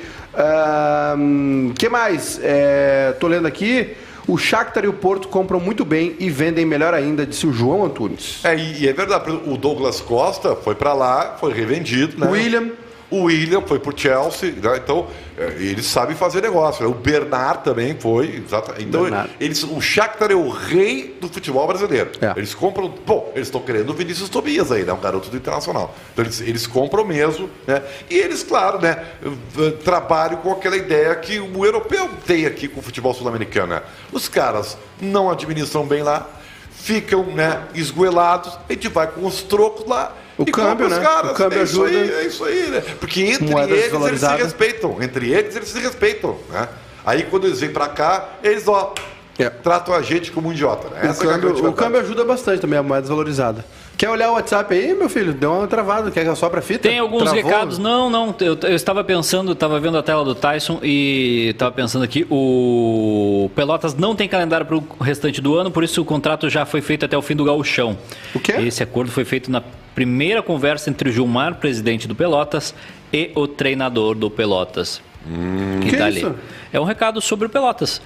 [SPEAKER 2] O que mais? É, tô lendo aqui. O Shakhtar e o Porto compram muito bem e vendem melhor ainda, disse o João Antunes.
[SPEAKER 1] É, e e é verdade, o Douglas Costa foi pra lá, foi revendido, né?
[SPEAKER 2] William,
[SPEAKER 1] O William foi pro Chelsea, né? então eh, eles sabem fazer negócio. né? O Bernard também foi. exata- Então
[SPEAKER 5] Bernard.
[SPEAKER 1] eles, o Shakhtar é o rei do futebol brasileiro.
[SPEAKER 5] É.
[SPEAKER 1] Eles compram. Bom, eles estão querendo o Vinícius Tobias aí, né? Um garoto do Internacional. Então eles, eles compram mesmo, né? E eles, claro, né? v- Trabalham com aquela ideia que o europeu tem aqui com o futebol sul-americano. né? Os caras não administram bem lá, ficam, né? Esgoelados, a gente vai com os trocos lá.
[SPEAKER 2] O
[SPEAKER 1] e compra
[SPEAKER 2] câmbio,
[SPEAKER 1] os
[SPEAKER 2] né?
[SPEAKER 1] caras.
[SPEAKER 2] O câmbio
[SPEAKER 1] é isso aí,
[SPEAKER 2] ajuda.
[SPEAKER 1] é isso aí, né? Porque entre
[SPEAKER 2] Moeda
[SPEAKER 1] eles eles se
[SPEAKER 2] desvalorizada.
[SPEAKER 1] respeitam. Entre eles eles se respeitam, né? Aí quando eles vêm pra cá, eles, ó.
[SPEAKER 2] É.
[SPEAKER 1] Tratam a gente como um idiota, né?
[SPEAKER 2] O
[SPEAKER 1] Essa que é a grande
[SPEAKER 2] câmbio, o
[SPEAKER 1] verdade.
[SPEAKER 2] câmbio ajuda bastante também, a moeda desvalorizada. Quer olhar o WhatsApp aí, meu filho? Deu uma travada. Quer que eu sopre a fita?
[SPEAKER 3] Tem alguns
[SPEAKER 2] Travou?
[SPEAKER 3] recados. Não, não. Eu, eu estava pensando, estava vendo a tela do Tyson e estava pensando aqui. O Pelotas não tem calendário para o restante do ano, por isso o contrato já foi feito até o fim do gauchão.
[SPEAKER 2] O quê?
[SPEAKER 3] Esse acordo foi feito na primeira conversa entre o Gilmar, presidente do Pelotas, e o treinador do Pelotas.
[SPEAKER 2] Hum. Que
[SPEAKER 3] tá
[SPEAKER 2] isso? Tá
[SPEAKER 3] É um recado sobre o Pelotas.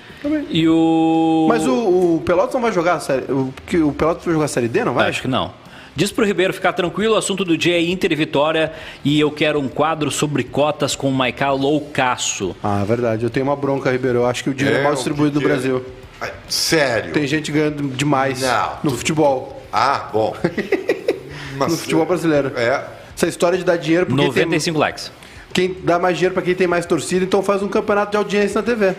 [SPEAKER 3] E o.
[SPEAKER 2] Mas o, o Pelotas não vai jogar a série. O, que- o Pelotas vai jogar a série D, não vai?
[SPEAKER 3] Acho que não. Diz pro Ribeiro ficar tranquilo, o assunto do dia é Inter e Vitória e eu quero um quadro sobre cotas com o Maiká Loucaço.
[SPEAKER 2] Ah, verdade. Eu tenho uma bronca, Ribeiro. Eu acho que o dinheiro é,
[SPEAKER 1] É,
[SPEAKER 2] mal
[SPEAKER 1] o
[SPEAKER 2] distribuído no
[SPEAKER 1] dinheiro-
[SPEAKER 2] Brasil.
[SPEAKER 1] Ai, Sério?
[SPEAKER 2] Tem gente ganhando demais
[SPEAKER 1] Não,
[SPEAKER 2] no
[SPEAKER 1] tu-
[SPEAKER 2] futebol.
[SPEAKER 1] Ah, bom. Mas-
[SPEAKER 2] (laughs) No futebol brasileiro.
[SPEAKER 1] É.
[SPEAKER 2] Essa história de dar dinheiro pra quem, tem-
[SPEAKER 3] 95 likes.
[SPEAKER 2] quem dá mais dinheiro pra quem tem mais torcida, então faz um campeonato de audiência na TV.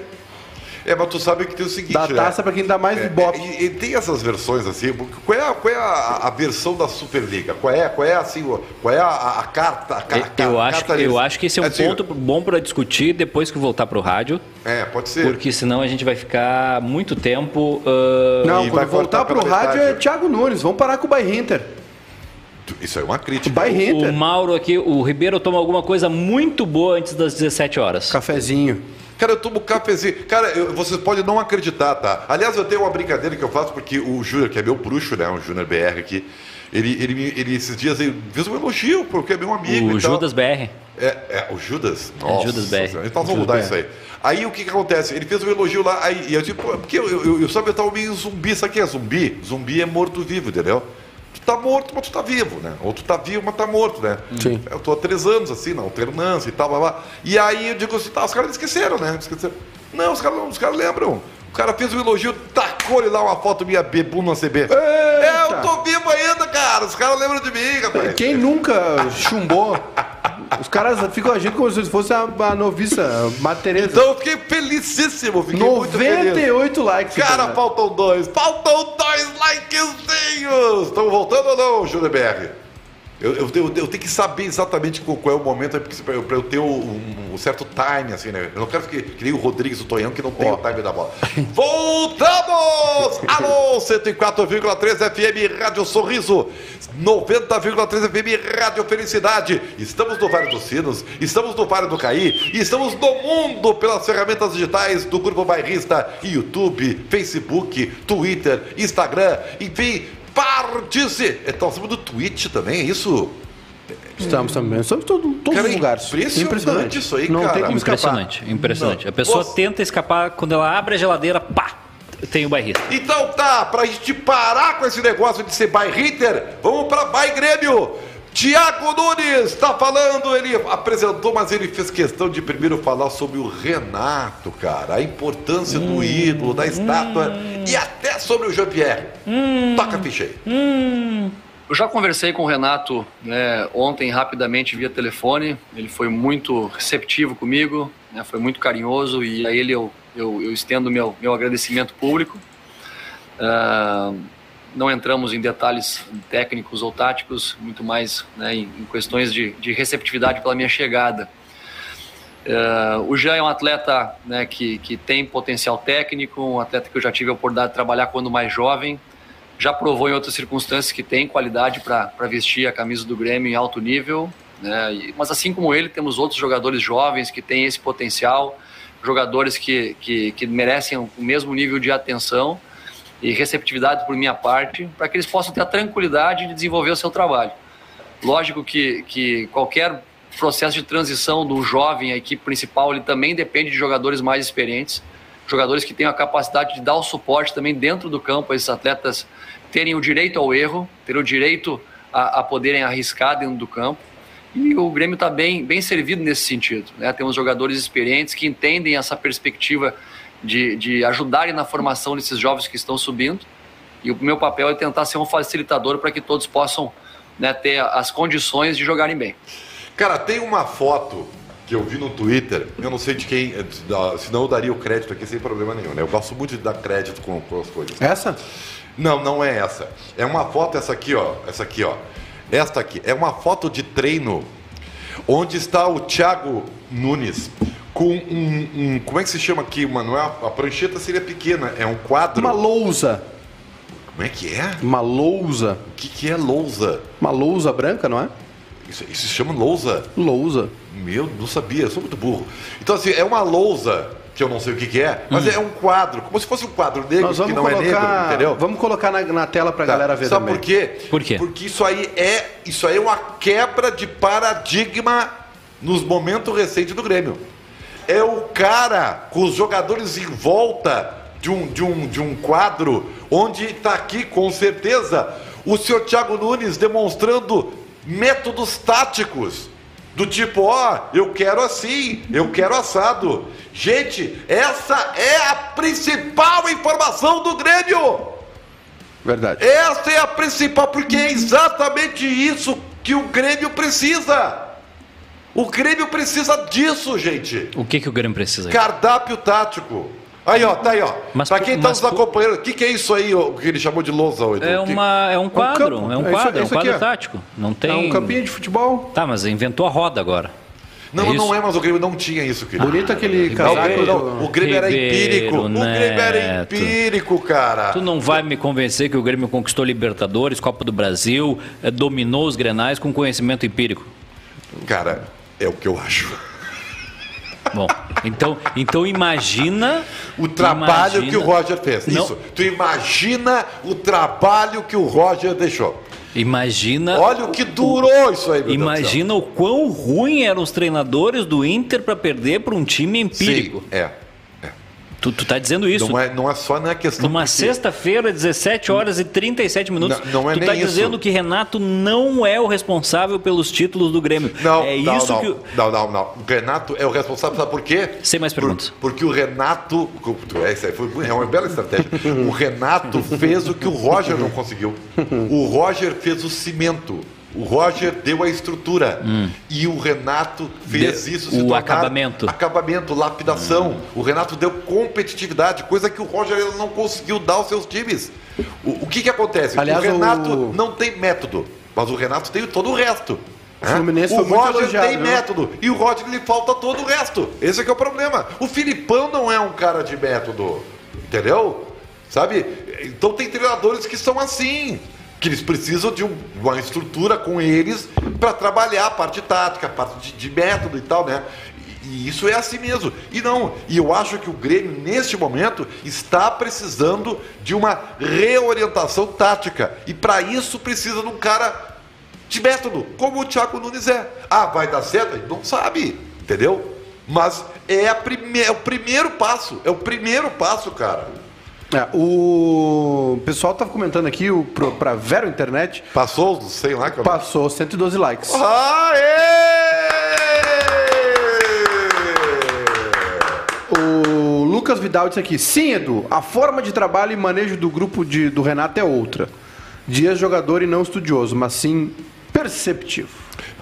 [SPEAKER 1] É, mas tu sabe que tem o seguinte,
[SPEAKER 2] Dá
[SPEAKER 1] né?
[SPEAKER 2] taça pra quem dá mais
[SPEAKER 1] É,
[SPEAKER 2] ibope.
[SPEAKER 1] e, e tem essas versões assim, porque qual é, a- qual é a, a versão da Superliga? Qual é, qual é assim, o- qual é a, a carta? A, ca-
[SPEAKER 3] Eu-
[SPEAKER 1] ca-
[SPEAKER 3] eu, acho,
[SPEAKER 1] carta
[SPEAKER 3] eu
[SPEAKER 1] deles?
[SPEAKER 3] acho que esse é um
[SPEAKER 1] assim,
[SPEAKER 3] ponto bom para discutir depois que voltar pro rádio,
[SPEAKER 1] É, pode ser.
[SPEAKER 3] porque senão a gente vai ficar muito tempo. ah,
[SPEAKER 2] Não,
[SPEAKER 1] é, e vai
[SPEAKER 2] quando voltar
[SPEAKER 1] cortar
[SPEAKER 2] pro
[SPEAKER 1] pela
[SPEAKER 2] rádio é
[SPEAKER 1] metade.
[SPEAKER 2] Thiago Nunes. Vamos parar com o Bayern Inter.
[SPEAKER 1] Isso é uma
[SPEAKER 2] O
[SPEAKER 1] crítica.
[SPEAKER 2] Bayern
[SPEAKER 3] O
[SPEAKER 2] Inter.
[SPEAKER 3] Mauro aqui, o Ribeiro toma alguma coisa muito boa antes das 17 horas.
[SPEAKER 2] Cafezinho.
[SPEAKER 1] Cara, eu tomo cafezinho. Cara, eu- vocês podem não acreditar, tá? Aliás, eu tenho uma brincadeira que eu faço porque o Júnior, que é meu bruxo, né? O Júnior BR aqui, ele, ele, me- ele esses dias ele fez um elogio, porque é meu amigo.
[SPEAKER 3] O
[SPEAKER 1] e tal.
[SPEAKER 3] Judas BR.
[SPEAKER 1] É, é, o Judas? Nossa.
[SPEAKER 3] Judas BR.
[SPEAKER 1] senhora. Então vamos mudar
[SPEAKER 2] Judas
[SPEAKER 1] isso aí. Aí o que, que acontece? Ele fez um elogio lá, aí, e eu tipo, porque eu, eu, eu, eu sabe, eu tava meio zumbi, sabe o que é zumbi? Zumbi é morto-vivo, entendeu? Tu tá morto, mas tu tá vivo, né? Ou tu tá vivo, mas tá morto, né?
[SPEAKER 2] Sim.
[SPEAKER 1] Eu tô há três anos, assim, na alternância e tal, blá, blá. E aí eu digo assim, tá, os caras esqueceram, né? Esqueceram. Não, os caras não, os caras lembram. O cara fez um elogio, tacou-lhe lá uma foto minha bebu na CB. É, eu tô vivo ainda, cara. Os caras lembram de mim, rapaz.
[SPEAKER 2] Quem nunca chumbou? Os caras ficam agindo como se fosse a, a noviça, a Madre Teresa.
[SPEAKER 1] Então eu fiquei felicíssimo, fiquei muito feliz.
[SPEAKER 2] 98 likes.
[SPEAKER 1] Cara, faltam dois. Faltam dois likezinhos. Estão voltando ou não, Júlio BR? Eu, eu, eu- eu tenho que saber exatamente qual, qual é o momento para eu, pra eu ter um, um- um certo time, assim, né? Eu não quero que, que nem o Rodrigues, o Tonhão, que não tem o time da bola. (laughs) Voltamos! Alô, 104,3 FM Rádio Sorriso, 90,3 FM Rádio Felicidade. Estamos no Vale dos Sinos, estamos no Vale do Caí, e estamos no mundo pelas ferramentas digitais do Grupo Bairrista, YouTube, Facebook, Twitter, Instagram, enfim, participe! Então, acima do Twitch também, é isso?
[SPEAKER 2] Estamos também. Estamos em todo- todos
[SPEAKER 1] Cara,
[SPEAKER 2] os lugares.
[SPEAKER 1] impressionante isso aí,
[SPEAKER 2] Não
[SPEAKER 1] cara.
[SPEAKER 2] tem como escapar.
[SPEAKER 3] Impressionante, impressionante.
[SPEAKER 1] Não.
[SPEAKER 3] A pessoa
[SPEAKER 1] Nossa.
[SPEAKER 3] tenta escapar, quando ela abre a geladeira, pá, tem o bairrista.
[SPEAKER 1] Então tá, pra gente parar com esse negócio de ser by hitter, vamos pra by Grêmio. Tiago Nunes tá falando, ele apresentou, mas ele fez questão de primeiro falar sobre o Renato, cara. A importância do ídolo, da estátua e até sobre o Jean-Pierre. Toca a ficha aí.
[SPEAKER 6] Eu já conversei com o Renato né, ontem rapidamente via telefone. Ele foi muito receptivo comigo, né, foi muito carinhoso e a ele eu, eu, eu estendo meu, meu agradecimento público. Ah, não entramos em detalhes técnicos ou táticos, muito mais né, em, em questões de, de receptividade pela minha chegada. Ah, o Jean é um atleta né, que, que tem potencial técnico, um atleta que eu já tive a oportunidade de trabalhar quando mais jovem já provou em outras circunstâncias que tem qualidade para vestir a camisa do Grêmio em alto nível. Né? E- Mas assim como ele, temos outros jogadores jovens que têm esse potencial, jogadores que, que, que merecem o mesmo nível de atenção e receptividade por minha parte, para que eles possam ter a tranquilidade de desenvolver o seu trabalho. Lógico que, que qualquer processo de transição do jovem à equipe principal, ele também depende de jogadores mais experientes, jogadores que tenham a capacidade de dar o suporte também dentro do campo a esses atletas terem o direito ao erro, terem o direito a, a poderem arriscar dentro do campo. E o Grêmio está bem, bem servido nesse sentido. Né? Temos jogadores experientes que entendem essa perspectiva de, de ajudarem na formação desses jovens que estão subindo. E o meu papel é tentar ser um facilitador para que todos possam né, ter as condições de jogarem bem.
[SPEAKER 1] Cara, tem uma foto que eu vi no Twitter, eu não sei de quem, eh, da- senão eu daria o crédito aqui sem problema nenhum, né? Eu gosto muito de dar crédito com, com as coisas.
[SPEAKER 2] Essa?
[SPEAKER 1] Não, não é essa. É uma foto, essa aqui, ó. Essa aqui, ó. Esta aqui. É uma foto de treino onde está o Thiago Nunes com um. um- como é que se chama aqui, mano? Não é a- A prancheta seria pequena, é um quadro.
[SPEAKER 2] Uma lousa.
[SPEAKER 1] Como é que é?
[SPEAKER 2] Uma lousa.
[SPEAKER 1] O que, que é lousa?
[SPEAKER 2] Uma lousa branca, não é?
[SPEAKER 1] Isso, isso se chama lousa?
[SPEAKER 2] Lousa.
[SPEAKER 1] Meu, não sabia, eu sou muito burro. Então, assim, é uma lousa, que eu não sei o que, que é, mas é um quadro, como se fosse um quadro negro
[SPEAKER 2] Hum. Nós
[SPEAKER 1] que
[SPEAKER 2] vamos
[SPEAKER 1] não é negro,
[SPEAKER 2] colocar.
[SPEAKER 1] entendeu?
[SPEAKER 2] vamos colocar na, na tela pra
[SPEAKER 1] Tá.
[SPEAKER 2] galera ver
[SPEAKER 1] Sabe
[SPEAKER 2] também.
[SPEAKER 1] por quê?
[SPEAKER 3] Por quê?
[SPEAKER 1] Porque isso aí é, isso aí é uma quebra de paradigma nos momentos recentes do Grêmio. É o cara com os jogadores em volta de um, de um, de um quadro onde está aqui com certeza o senhor Thiago Nunes demonstrando métodos táticos. Do tipo, ó, eu quero assim, eu quero assado. Gente, essa é a principal informação do Grêmio.
[SPEAKER 2] Verdade.
[SPEAKER 1] Essa é a principal, porque é exatamente isso que o Grêmio precisa. O Grêmio precisa disso, gente.
[SPEAKER 3] O que, que o Grêmio precisa?
[SPEAKER 1] Cardápio tático. Aí, ó, tá aí, ó.
[SPEAKER 3] Mas
[SPEAKER 1] pra
[SPEAKER 3] por-
[SPEAKER 1] quem tá
[SPEAKER 3] mas
[SPEAKER 1] nos
[SPEAKER 3] por-
[SPEAKER 1] acompanhando, o que, que é isso aí, ó, que ele chamou de lousa, Edu?
[SPEAKER 3] É,
[SPEAKER 1] Que-
[SPEAKER 3] uma, é um quadro,
[SPEAKER 2] campo.
[SPEAKER 3] é
[SPEAKER 2] É
[SPEAKER 3] um
[SPEAKER 2] isso-
[SPEAKER 3] quadro, é, um
[SPEAKER 2] isso
[SPEAKER 3] quadro
[SPEAKER 2] aqui, ó.
[SPEAKER 3] tático. Não tem.
[SPEAKER 2] É um campinho de futebol.
[SPEAKER 3] Tá, mas inventou a roda agora.
[SPEAKER 1] Não,
[SPEAKER 3] isso?
[SPEAKER 1] não é, mas o Grêmio não tinha isso, querido.
[SPEAKER 2] Bonito aquele
[SPEAKER 1] Não, o
[SPEAKER 2] casaco.
[SPEAKER 1] Grêmio,
[SPEAKER 2] do-
[SPEAKER 1] não, o Grêmio era
[SPEAKER 3] Ribeiro
[SPEAKER 1] empírico. O Grêmio era
[SPEAKER 3] Neto.
[SPEAKER 1] empírico, cara.
[SPEAKER 3] Tu não vai me convencer que o Grêmio conquistou Libertadores, Copa do Brasil, eh, dominou os Grenais com conhecimento empírico.
[SPEAKER 1] Cara, é o que eu acho.
[SPEAKER 3] Bom, (laughs) então, então imagina
[SPEAKER 1] O trabalho
[SPEAKER 3] imagina-
[SPEAKER 1] que o Roger fez.
[SPEAKER 3] Não.
[SPEAKER 1] Isso. Tu imagina o trabalho que o Roger deixou.
[SPEAKER 3] Imagina
[SPEAKER 1] Olha o que durou isso aí, meu Deus do céu.
[SPEAKER 3] Imagina o quão ruim eram os treinadores do Inter para perder para um time empírico.
[SPEAKER 1] Sim, é.
[SPEAKER 3] Tu, tu tá dizendo isso.
[SPEAKER 1] Não é, não é só na questão.
[SPEAKER 3] Numa
[SPEAKER 1] porque-
[SPEAKER 3] sexta-feira, 17 horas e 37 minutos,
[SPEAKER 1] Não- não é
[SPEAKER 3] tu
[SPEAKER 1] nem
[SPEAKER 3] tá
[SPEAKER 1] isso.
[SPEAKER 3] dizendo que Renato não é o responsável pelos títulos do Grêmio.
[SPEAKER 1] Não,
[SPEAKER 3] é
[SPEAKER 1] não,
[SPEAKER 3] isso
[SPEAKER 1] não,
[SPEAKER 3] que o-
[SPEAKER 1] não, não, não. O Renato é o responsável, sabe por quê?
[SPEAKER 3] Sem mais
[SPEAKER 1] Por-
[SPEAKER 3] perguntas.
[SPEAKER 1] porque o Renato. É, isso aí foi é uma bela estratégia. O Renato fez o que o Roger não conseguiu. O Roger fez o cimento. O Roger deu a estrutura. E o Renato fez
[SPEAKER 3] Hum. Deu
[SPEAKER 1] isso.
[SPEAKER 3] o acabamento. Hum.
[SPEAKER 1] Acabamento, lapidação. O Renato deu competitividade, coisa que o Roger ele não conseguiu dar aos seus times. O, o que, que acontece?
[SPEAKER 2] Aliás,
[SPEAKER 1] o Renato
[SPEAKER 2] o-
[SPEAKER 1] não tem método, mas o Renato tem todo o resto.
[SPEAKER 2] O Fluminense
[SPEAKER 1] o
[SPEAKER 2] foi muito
[SPEAKER 1] Roger
[SPEAKER 2] elogiado,
[SPEAKER 1] tem
[SPEAKER 2] né?
[SPEAKER 1] método e o Roger lhe falta todo o resto. Esse é que é o problema. O Filipão não é um cara de método, entendeu? Sabe? Então tem treinadores que são assim, que eles precisam de um- uma estrutura com eles para trabalhar a parte tática, a parte de, de método e tal, né? E- E isso é assim mesmo. E não, e eu acho que o Grêmio, neste momento, está precisando de uma reorientação tática. E para isso precisa de um cara de método, como o Thiago Nunes é. Ah, vai dar certo? Ele não sabe, entendeu? Mas é, a prime... é o primeiro passo, é o primeiro passo, cara.
[SPEAKER 2] É, o pessoal tava comentando aqui o, pro, pra Vero Internet.
[SPEAKER 1] Passou, os- sei lá que eu...
[SPEAKER 2] Passou 112 likes.
[SPEAKER 1] Aê!
[SPEAKER 2] O Lucas Vidal disse aqui: sim, Edu, a forma de trabalho e manejo do grupo de, do Renato é outra. Dias jogador e não estudioso, mas sim perceptivo.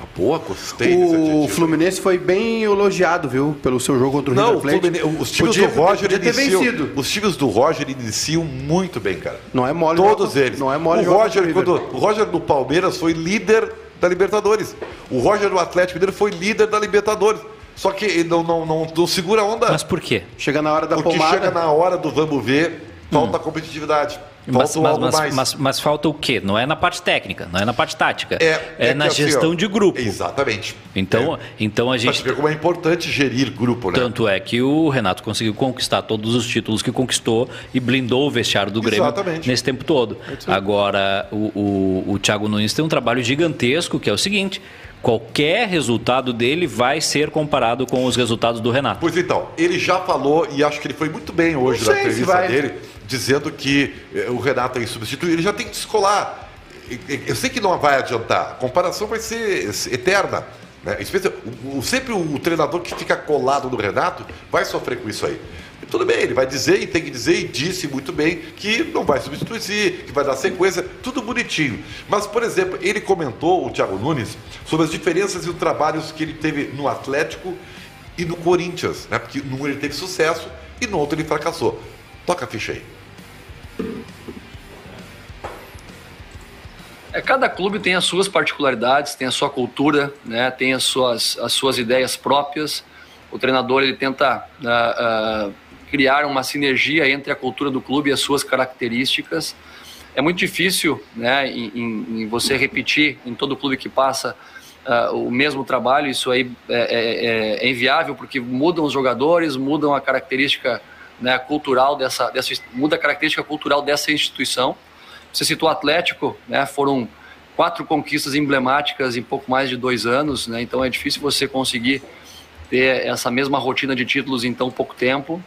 [SPEAKER 1] Ah, Boa, gostei desse
[SPEAKER 2] o
[SPEAKER 1] adjetivo.
[SPEAKER 2] Fluminense foi bem elogiado, viu, pelo seu jogo contra o
[SPEAKER 1] Não, o
[SPEAKER 2] River Plate.
[SPEAKER 1] Fluminense- os times
[SPEAKER 2] Podia-
[SPEAKER 1] do Roger
[SPEAKER 2] podia ter
[SPEAKER 1] iniciam,
[SPEAKER 2] vencido.
[SPEAKER 1] Os times do Roger iniciam muito bem, cara.
[SPEAKER 2] Não é mole
[SPEAKER 1] Todos
[SPEAKER 2] jogar com-
[SPEAKER 1] eles.
[SPEAKER 2] Não é mole
[SPEAKER 1] o
[SPEAKER 2] jogar contra
[SPEAKER 1] Roger,
[SPEAKER 2] o
[SPEAKER 1] quando,
[SPEAKER 2] River.
[SPEAKER 1] o Roger do Palmeiras foi líder da Libertadores. O Roger do Atlético Mineiro foi líder da Libertadores. Só que ele não, não, não, não segura a onda.
[SPEAKER 3] Mas né? por quê?
[SPEAKER 2] Chega na hora da
[SPEAKER 1] Porque
[SPEAKER 2] pomada.
[SPEAKER 1] chega na hora do vamos ver, falta competitividade. Falta
[SPEAKER 3] Hum.
[SPEAKER 1] um
[SPEAKER 3] Mas, mas-
[SPEAKER 1] algo
[SPEAKER 3] mas-
[SPEAKER 1] mais.
[SPEAKER 3] mas- mas falta o quê? Não é na parte técnica, não é na parte tática.
[SPEAKER 1] que
[SPEAKER 3] é na
[SPEAKER 1] assim, ó,
[SPEAKER 3] gestão de grupo.
[SPEAKER 1] Exatamente.
[SPEAKER 3] Então, então a
[SPEAKER 1] é, pra te
[SPEAKER 3] gente
[SPEAKER 1] ver como é importante gerir grupo, né?
[SPEAKER 3] Tanto é que o Renato conseguiu conquistar todos os títulos que conquistou e blindou o vestiário do Grêmio
[SPEAKER 1] Exatamente. É
[SPEAKER 3] nesse tempo todo. Agora, o, o, o Thiago Nunes tem um trabalho gigantesco que é o seguinte: qualquer resultado dele vai ser comparado com os resultados do Renato.
[SPEAKER 1] Pois então, ele já falou, e acho que ele foi muito bem hoje
[SPEAKER 2] Não
[SPEAKER 1] na
[SPEAKER 2] sei se
[SPEAKER 1] entrevista
[SPEAKER 2] vai.
[SPEAKER 1] dele, dizendo que eh, o Renato é insubstituível. Ele já tem que descolar. E- e- Eu sei que não vai adiantar. A comparação vai ser eterna. Né? Especial- o- o- sempre o treinador que fica colado no Renato vai sofrer com isso aí. E Tudo bem, ele vai dizer e tem que dizer, e disse muito bem, que não vai substituir, que vai dar sequência, tudo bonitinho. Mas, por exemplo, ele comentou, o Thiago Nunes, sobre as diferenças e os trabalhos que ele teve no Atlético e no Corinthians, né? Porque num ele teve sucesso e no outro ele fracassou. Toca a ficha aí.
[SPEAKER 6] É, cada clube tem as suas particularidades, tem a sua cultura, né, tem as suas, as suas ideias próprias. O treinador ele tenta ah, ah, criar uma sinergia entre a cultura do clube e as suas características. É muito difícil né, em, em- em você repetir em todo clube que passa ah, o mesmo trabalho, isso aí é, é- é- é inviável, porque mudam os jogadores, mudam a característica né, cultural dessa, dessa, muda a característica cultural dessa instituição. Você citou o Atlético, né? Foram quatro conquistas emblemáticas em pouco mais de dois anos, né? Então é difícil você conseguir ter essa mesma rotina de títulos em tão pouco tempo.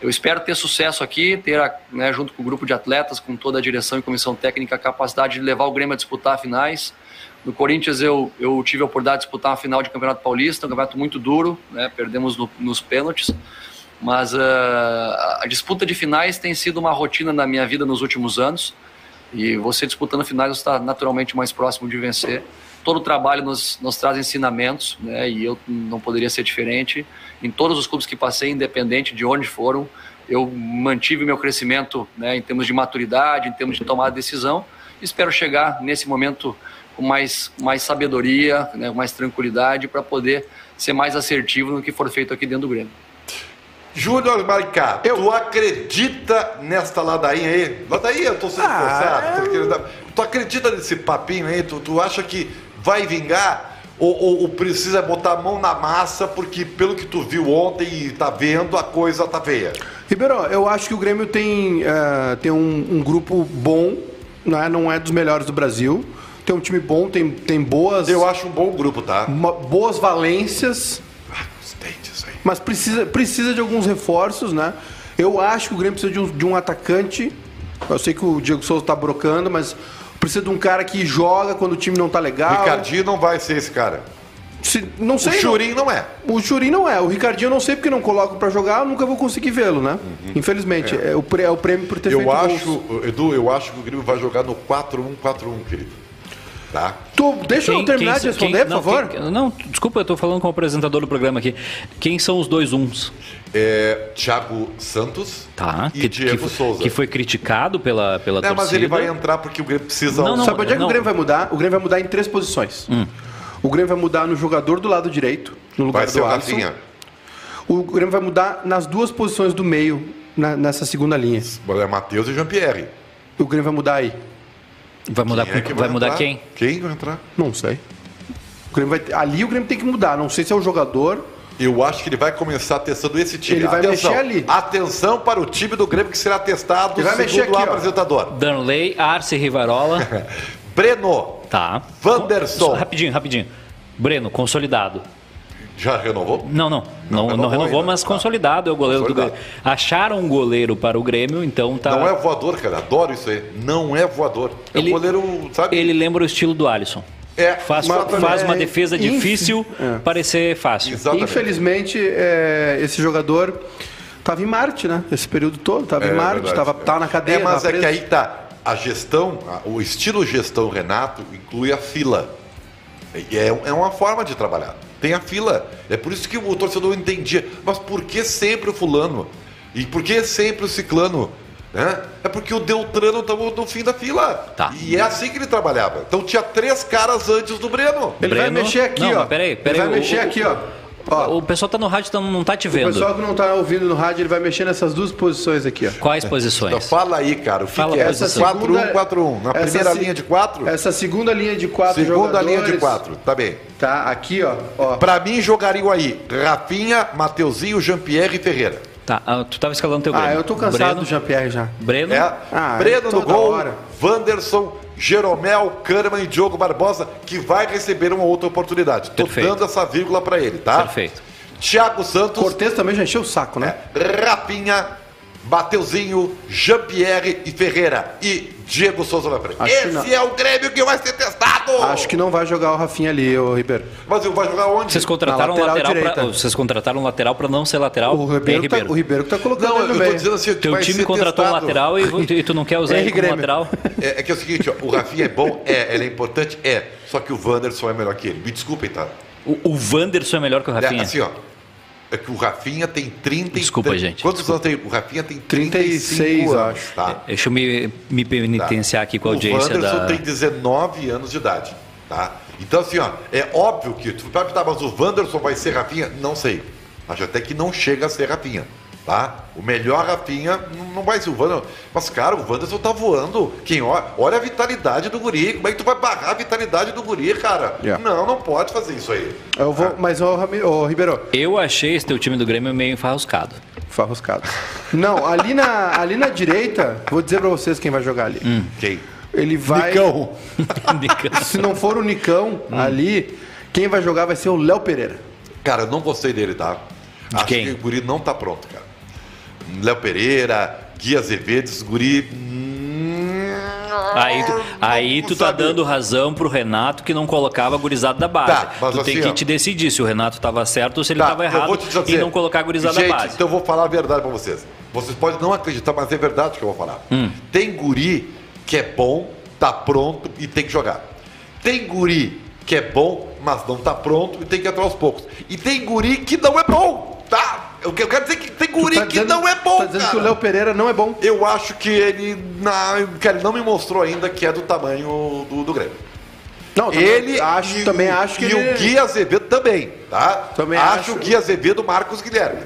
[SPEAKER 6] Eu espero ter sucesso aqui, ter, a- né, junto com o grupo de atletas, com toda a direção e comissão técnica, a capacidade de levar o Grêmio a disputar finais. No Corinthians, eu, eu tive a oportunidade de disputar uma final de Campeonato Paulista, um campeonato muito duro, né, perdemos no- nos pênaltis. Mas ah, a disputa de finais tem sido uma rotina na minha vida nos últimos anos. E você disputando finais, você está naturalmente mais próximo de vencer. Todo o trabalho nos, nos traz ensinamentos, né? E eu não poderia ser diferente. Em todos os clubes que passei, independente de onde foram, eu mantive meu crescimento, né? Em termos de maturidade, em termos de tomar decisão. Espero chegar nesse momento com mais, mais sabedoria, né? com mais tranquilidade, para poder ser mais assertivo no que for feito aqui dentro do Grêmio.
[SPEAKER 1] Júnior Maricá, tu acredita nesta ladainha aí? Ladainha, eu tô sendo forçado. tô querendo dar- Tu acredita nesse papinho aí? Tu, tu acha que vai vingar? Ou, ou- ou precisa botar a mão na massa? Porque pelo que tu viu ontem e tá vendo, a coisa tá feia.
[SPEAKER 2] Ribeirão, eu acho que o Grêmio tem, ah, tem um, um grupo bom, né? não é dos melhores do Brasil. Tem um time bom, tem, tem boas,
[SPEAKER 1] Eu acho um bom grupo, tá?
[SPEAKER 2] ma- boas valências,
[SPEAKER 1] Ah, gostei disso aí.
[SPEAKER 2] mas precisa, precisa de alguns reforços, né? Eu acho que o Grêmio precisa de um, de um atacante. Eu sei que o Diego Souza tá brocando, mas precisa de um cara que joga quando o time não tá legal.
[SPEAKER 1] Ricardinho não vai ser esse cara.
[SPEAKER 2] Se- não
[SPEAKER 1] O
[SPEAKER 2] sei. não-
[SPEAKER 1] Churinho não é.
[SPEAKER 2] O Churin não é. O Ricardinho eu não sei porque não coloco pra jogar, eu nunca vou conseguir vê-lo, né? Infelizmente. É. o pre- é o prêmio por ter
[SPEAKER 1] Uhum. Eu
[SPEAKER 2] feito
[SPEAKER 1] acho,
[SPEAKER 2] gols.
[SPEAKER 1] Edu, eu acho que o Grêmio vai jogar no 4-1-4-1, querido. Tá?
[SPEAKER 2] Tu, deixa eu
[SPEAKER 3] Quem-
[SPEAKER 2] terminar
[SPEAKER 3] quem-
[SPEAKER 2] de responder,
[SPEAKER 3] quem-
[SPEAKER 2] por
[SPEAKER 3] não,
[SPEAKER 2] favor.
[SPEAKER 3] quem- não, desculpa, eu tô falando com o apresentador do programa aqui. Quem são os dois uns?
[SPEAKER 1] É, Thiago Santos
[SPEAKER 3] Tá,
[SPEAKER 1] e
[SPEAKER 3] que,
[SPEAKER 1] Diego
[SPEAKER 3] que, foi-
[SPEAKER 1] Souza.
[SPEAKER 3] que foi criticado pela, pela
[SPEAKER 1] É,
[SPEAKER 3] torcida.
[SPEAKER 1] mas ele vai entrar porque o Grêmio precisa.
[SPEAKER 3] Não, não.
[SPEAKER 2] Sabe onde é que
[SPEAKER 3] não. Hum.
[SPEAKER 2] o Grêmio vai mudar? O Grêmio vai mudar em três posições. O Grêmio vai mudar no jogador do lado direito, no lugar
[SPEAKER 1] Vai ser
[SPEAKER 2] do
[SPEAKER 1] o
[SPEAKER 2] Alisson.
[SPEAKER 1] Rafinha.
[SPEAKER 2] O Grêmio vai mudar nas duas posições do meio, na- nessa segunda linha.
[SPEAKER 1] É Matheus e Jean-Pierre.
[SPEAKER 2] O Grêmio vai mudar aí.
[SPEAKER 3] Vai mudar,
[SPEAKER 1] Quem é
[SPEAKER 3] com-
[SPEAKER 1] que
[SPEAKER 3] vai mudar
[SPEAKER 1] entrar?
[SPEAKER 3] quem?
[SPEAKER 1] Quem vai entrar?
[SPEAKER 5] Não sei.
[SPEAKER 2] O Grêmio vai- ali o Grêmio tem que mudar. Não sei se é o jogador.
[SPEAKER 1] Eu acho que ele vai começar testando esse time.
[SPEAKER 2] Ele vai
[SPEAKER 1] Atenção.
[SPEAKER 2] mexer ali.
[SPEAKER 1] Atenção para o time do Grêmio que será testado
[SPEAKER 2] Ele vai
[SPEAKER 1] segundo
[SPEAKER 2] mexer
[SPEAKER 1] o
[SPEAKER 2] aqui, ó.
[SPEAKER 1] apresentador.
[SPEAKER 3] Danley, Arce Rivarola.
[SPEAKER 1] Breno,
[SPEAKER 3] tá.
[SPEAKER 1] Wanderson.
[SPEAKER 3] Só Rapidinho, rapidinho. Breno, consolidado.
[SPEAKER 1] já renovou?
[SPEAKER 3] Não, não. Não, não,
[SPEAKER 1] renovou
[SPEAKER 3] renovou,
[SPEAKER 1] ainda.
[SPEAKER 3] mas
[SPEAKER 2] Tá.
[SPEAKER 3] consolidado é o goleiro do
[SPEAKER 1] Consolidado.
[SPEAKER 3] Grêmio. Acharam um goleiro para o Grêmio, então tá.
[SPEAKER 1] Não é voador, cara. Adoro isso aí. Não é voador. É um
[SPEAKER 3] Ele-
[SPEAKER 1] goleiro, sabe?
[SPEAKER 3] Ele lembra o estilo do Alisson.
[SPEAKER 1] É,
[SPEAKER 3] Faz,
[SPEAKER 1] mas também-
[SPEAKER 3] faz uma
[SPEAKER 2] é,
[SPEAKER 3] defesa
[SPEAKER 2] enfim.
[SPEAKER 3] difícil parecer fácil.
[SPEAKER 1] Exatamente.
[SPEAKER 2] Infelizmente, é, esse jogador estava em Marte, né? Esse período todo, estava
[SPEAKER 1] É
[SPEAKER 2] em Marte,
[SPEAKER 1] verdade,
[SPEAKER 2] estava
[SPEAKER 1] é.
[SPEAKER 2] na cadeia.
[SPEAKER 1] É, mas
[SPEAKER 2] tava
[SPEAKER 1] é que
[SPEAKER 2] preso.
[SPEAKER 1] aí tá. A gestão, a- o estilo gestão Renato inclui a fila. E É, é uma forma de trabalhar. Tem a fila. É por isso que o torcedor entendia. Mas por que sempre o fulano? E por que sempre o ciclano? Né? É porque o Deltrano estava no fim da fila.
[SPEAKER 3] Tá.
[SPEAKER 1] E é assim que ele trabalhava. Então tinha três caras antes do Breno.
[SPEAKER 2] Ele vai
[SPEAKER 3] Breno-
[SPEAKER 2] mexer aqui,
[SPEAKER 3] Não,
[SPEAKER 2] ó.
[SPEAKER 3] mas peraí, peraí,
[SPEAKER 2] Ele vai
[SPEAKER 3] o-
[SPEAKER 2] mexer
[SPEAKER 3] o-
[SPEAKER 2] aqui, ó. Ó,
[SPEAKER 3] O pessoal tá no rádio, tá- não tá te
[SPEAKER 2] o
[SPEAKER 3] vendo.
[SPEAKER 2] pessoal que não tá ouvindo no rádio, ele vai mexer nessas duas posições aqui, ó.
[SPEAKER 3] Quais
[SPEAKER 1] Então
[SPEAKER 3] posições?
[SPEAKER 1] fala aí, cara. O que,
[SPEAKER 3] Fala
[SPEAKER 1] que é?
[SPEAKER 3] pra gente.
[SPEAKER 1] 4-1, 4-1. Na
[SPEAKER 2] essa
[SPEAKER 1] primeira
[SPEAKER 2] se-
[SPEAKER 1] linha de 4?
[SPEAKER 2] Essa segunda linha de quatro
[SPEAKER 1] Segunda
[SPEAKER 2] jogadores.
[SPEAKER 1] linha de 4. Tá bem.
[SPEAKER 2] Tá, aqui, ó. ó.
[SPEAKER 1] Pra mim, jogariam aí Rafinha, Mateuzinho, Jean-Pierre e Ferreira.
[SPEAKER 3] Tá, ah, tu tava escalando teu Grêmio.
[SPEAKER 2] Ah, eu tô cansado
[SPEAKER 3] Breno,
[SPEAKER 2] do Jean-Pierre já.
[SPEAKER 3] Breno,
[SPEAKER 1] É,
[SPEAKER 2] Ah,
[SPEAKER 1] Breno no
[SPEAKER 2] toda
[SPEAKER 1] gol,
[SPEAKER 2] hora.
[SPEAKER 1] Wanderson, Jeromel, Kahneman e Diogo Barbosa, que vai receber uma outra oportunidade. Tô
[SPEAKER 3] Perfeito.
[SPEAKER 1] dando essa vírgula pra ele, tá?
[SPEAKER 3] Perfeito.
[SPEAKER 1] Thiago Santos,
[SPEAKER 2] né? Cortez também já encheu o saco, né?
[SPEAKER 1] Rafinha, Mateuzinho, Jean-Pierre e Ferreira e Diego Souza na frente.
[SPEAKER 2] Acho que não.
[SPEAKER 1] Esse é o Grêmio que vai ser testado!
[SPEAKER 2] Acho que não vai jogar o Rafinha ali, ô Ribeiro.
[SPEAKER 1] Mas vai jogar onde?
[SPEAKER 3] Vocês contrataram
[SPEAKER 2] Na lateral
[SPEAKER 3] um lateral, pra,
[SPEAKER 2] direita.
[SPEAKER 3] vocês contrataram um lateral para não ser
[SPEAKER 1] É
[SPEAKER 3] lateral.
[SPEAKER 2] O Ribeiro,
[SPEAKER 3] Ei,
[SPEAKER 2] que Tá, o Ribeiro tá que tá colocando
[SPEAKER 1] Não,
[SPEAKER 2] ele
[SPEAKER 1] eu
[SPEAKER 2] no
[SPEAKER 1] tô
[SPEAKER 2] meio.
[SPEAKER 1] dizendo assim, que
[SPEAKER 3] Teu
[SPEAKER 1] vai
[SPEAKER 3] time
[SPEAKER 1] ser
[SPEAKER 3] contratou um
[SPEAKER 1] testado.
[SPEAKER 3] lateral e, vo- e tu não
[SPEAKER 2] (laughs)
[SPEAKER 3] quer usar
[SPEAKER 2] Ei,
[SPEAKER 3] ele como
[SPEAKER 2] Grêmio.
[SPEAKER 3] lateral?
[SPEAKER 1] É, é que é o seguinte, ó, o Rafinha é bom, é, ele é importante, é. Só que o Wanderson é melhor que ele. Me desculpem, tá?
[SPEAKER 3] O, o Wanderson é melhor que o
[SPEAKER 1] É,
[SPEAKER 3] Rafinha.
[SPEAKER 1] assim, ó. É que o Rafinha tem 30
[SPEAKER 3] Desculpa, gente,
[SPEAKER 1] Quantos anos tem? O Rafinha tem
[SPEAKER 2] 36
[SPEAKER 1] 36, anos,
[SPEAKER 2] acho.
[SPEAKER 1] tá?
[SPEAKER 3] Deixa eu me, me penitenciar aqui com a audiência
[SPEAKER 1] O Wanderson
[SPEAKER 3] da.
[SPEAKER 1] tem 19 anos de idade, tá? Então, assim, ó, é óbvio que tu vai perguntar, mas o Wanderson vai ser Rafinha? Não sei. Acho até que não chega a ser Rafinha, tá? O melhor Rafinha não- não vai ser o Wanderson. Mas, cara, o Wanderson tá voando. Quem olha, olha a vitalidade do guri. Como é que tu vai barrar a vitalidade do guri, cara?
[SPEAKER 2] Yeah.
[SPEAKER 1] Não, não pode fazer isso aí.
[SPEAKER 2] Eu
[SPEAKER 1] Ah.
[SPEAKER 2] vou, mas ô, Rami- ô, Ribeiro,
[SPEAKER 3] Eu achei esse teu time do Grêmio meio enfarruscado. (laughs)
[SPEAKER 2] farroscado. Não, ali na, ali na direita, vou dizer pra vocês quem vai jogar ali.
[SPEAKER 1] Quem?
[SPEAKER 2] Ele vai.
[SPEAKER 5] Nicão.
[SPEAKER 2] Se não for o Nicão
[SPEAKER 1] Hum.
[SPEAKER 2] ali, quem vai jogar vai ser o Léo Pereira.
[SPEAKER 1] Cara, eu não gostei dele, tá? Acho
[SPEAKER 3] quem?
[SPEAKER 1] que o Guri não tá pronto, cara. Léo Pereira, Gui Azevedo, esse Guri. hum,
[SPEAKER 3] Aí,
[SPEAKER 1] Ah,
[SPEAKER 3] tu- aí tu tá
[SPEAKER 1] sabe.
[SPEAKER 3] dando razão pro Renato que não colocava gurizada da base.
[SPEAKER 1] Tá, mas
[SPEAKER 3] tu tem
[SPEAKER 1] assim,
[SPEAKER 3] que
[SPEAKER 1] ó.
[SPEAKER 3] te decidir se o Renato tava certo ou se ele
[SPEAKER 1] Tá,
[SPEAKER 3] tava
[SPEAKER 1] eu
[SPEAKER 3] errado
[SPEAKER 1] vou te dizer-
[SPEAKER 3] e não colocar a gurizada
[SPEAKER 1] Gente,
[SPEAKER 3] da base.
[SPEAKER 1] Então eu vou falar a verdade pra vocês. Vocês podem não acreditar, mas é verdade o que eu vou falar.
[SPEAKER 3] Hum.
[SPEAKER 1] Tem guri que é bom, tá pronto e tem que jogar. Tem guri que é bom, mas não tá pronto e tem que entrar aos poucos. E tem guri que não é bom, tá? Eu que- eu quero dizer que tem
[SPEAKER 2] Tu
[SPEAKER 1] guri
[SPEAKER 2] tá
[SPEAKER 1] que
[SPEAKER 2] dizendo-
[SPEAKER 1] não é bom,
[SPEAKER 2] Tá dizendo
[SPEAKER 1] cara.
[SPEAKER 2] que o Léo Pereira não é bom.
[SPEAKER 1] Eu acho que ele, na, cara, ele não me mostrou ainda que é do tamanho do, do Grêmio.
[SPEAKER 2] Não, também
[SPEAKER 1] Ele
[SPEAKER 2] acho,
[SPEAKER 1] e,
[SPEAKER 2] também
[SPEAKER 1] o-
[SPEAKER 2] acho que
[SPEAKER 1] e
[SPEAKER 2] ele-
[SPEAKER 1] o Gui Azevedo também, tá?
[SPEAKER 2] Também acho.
[SPEAKER 1] acho o Gui Azevedo Marcos Guilherme.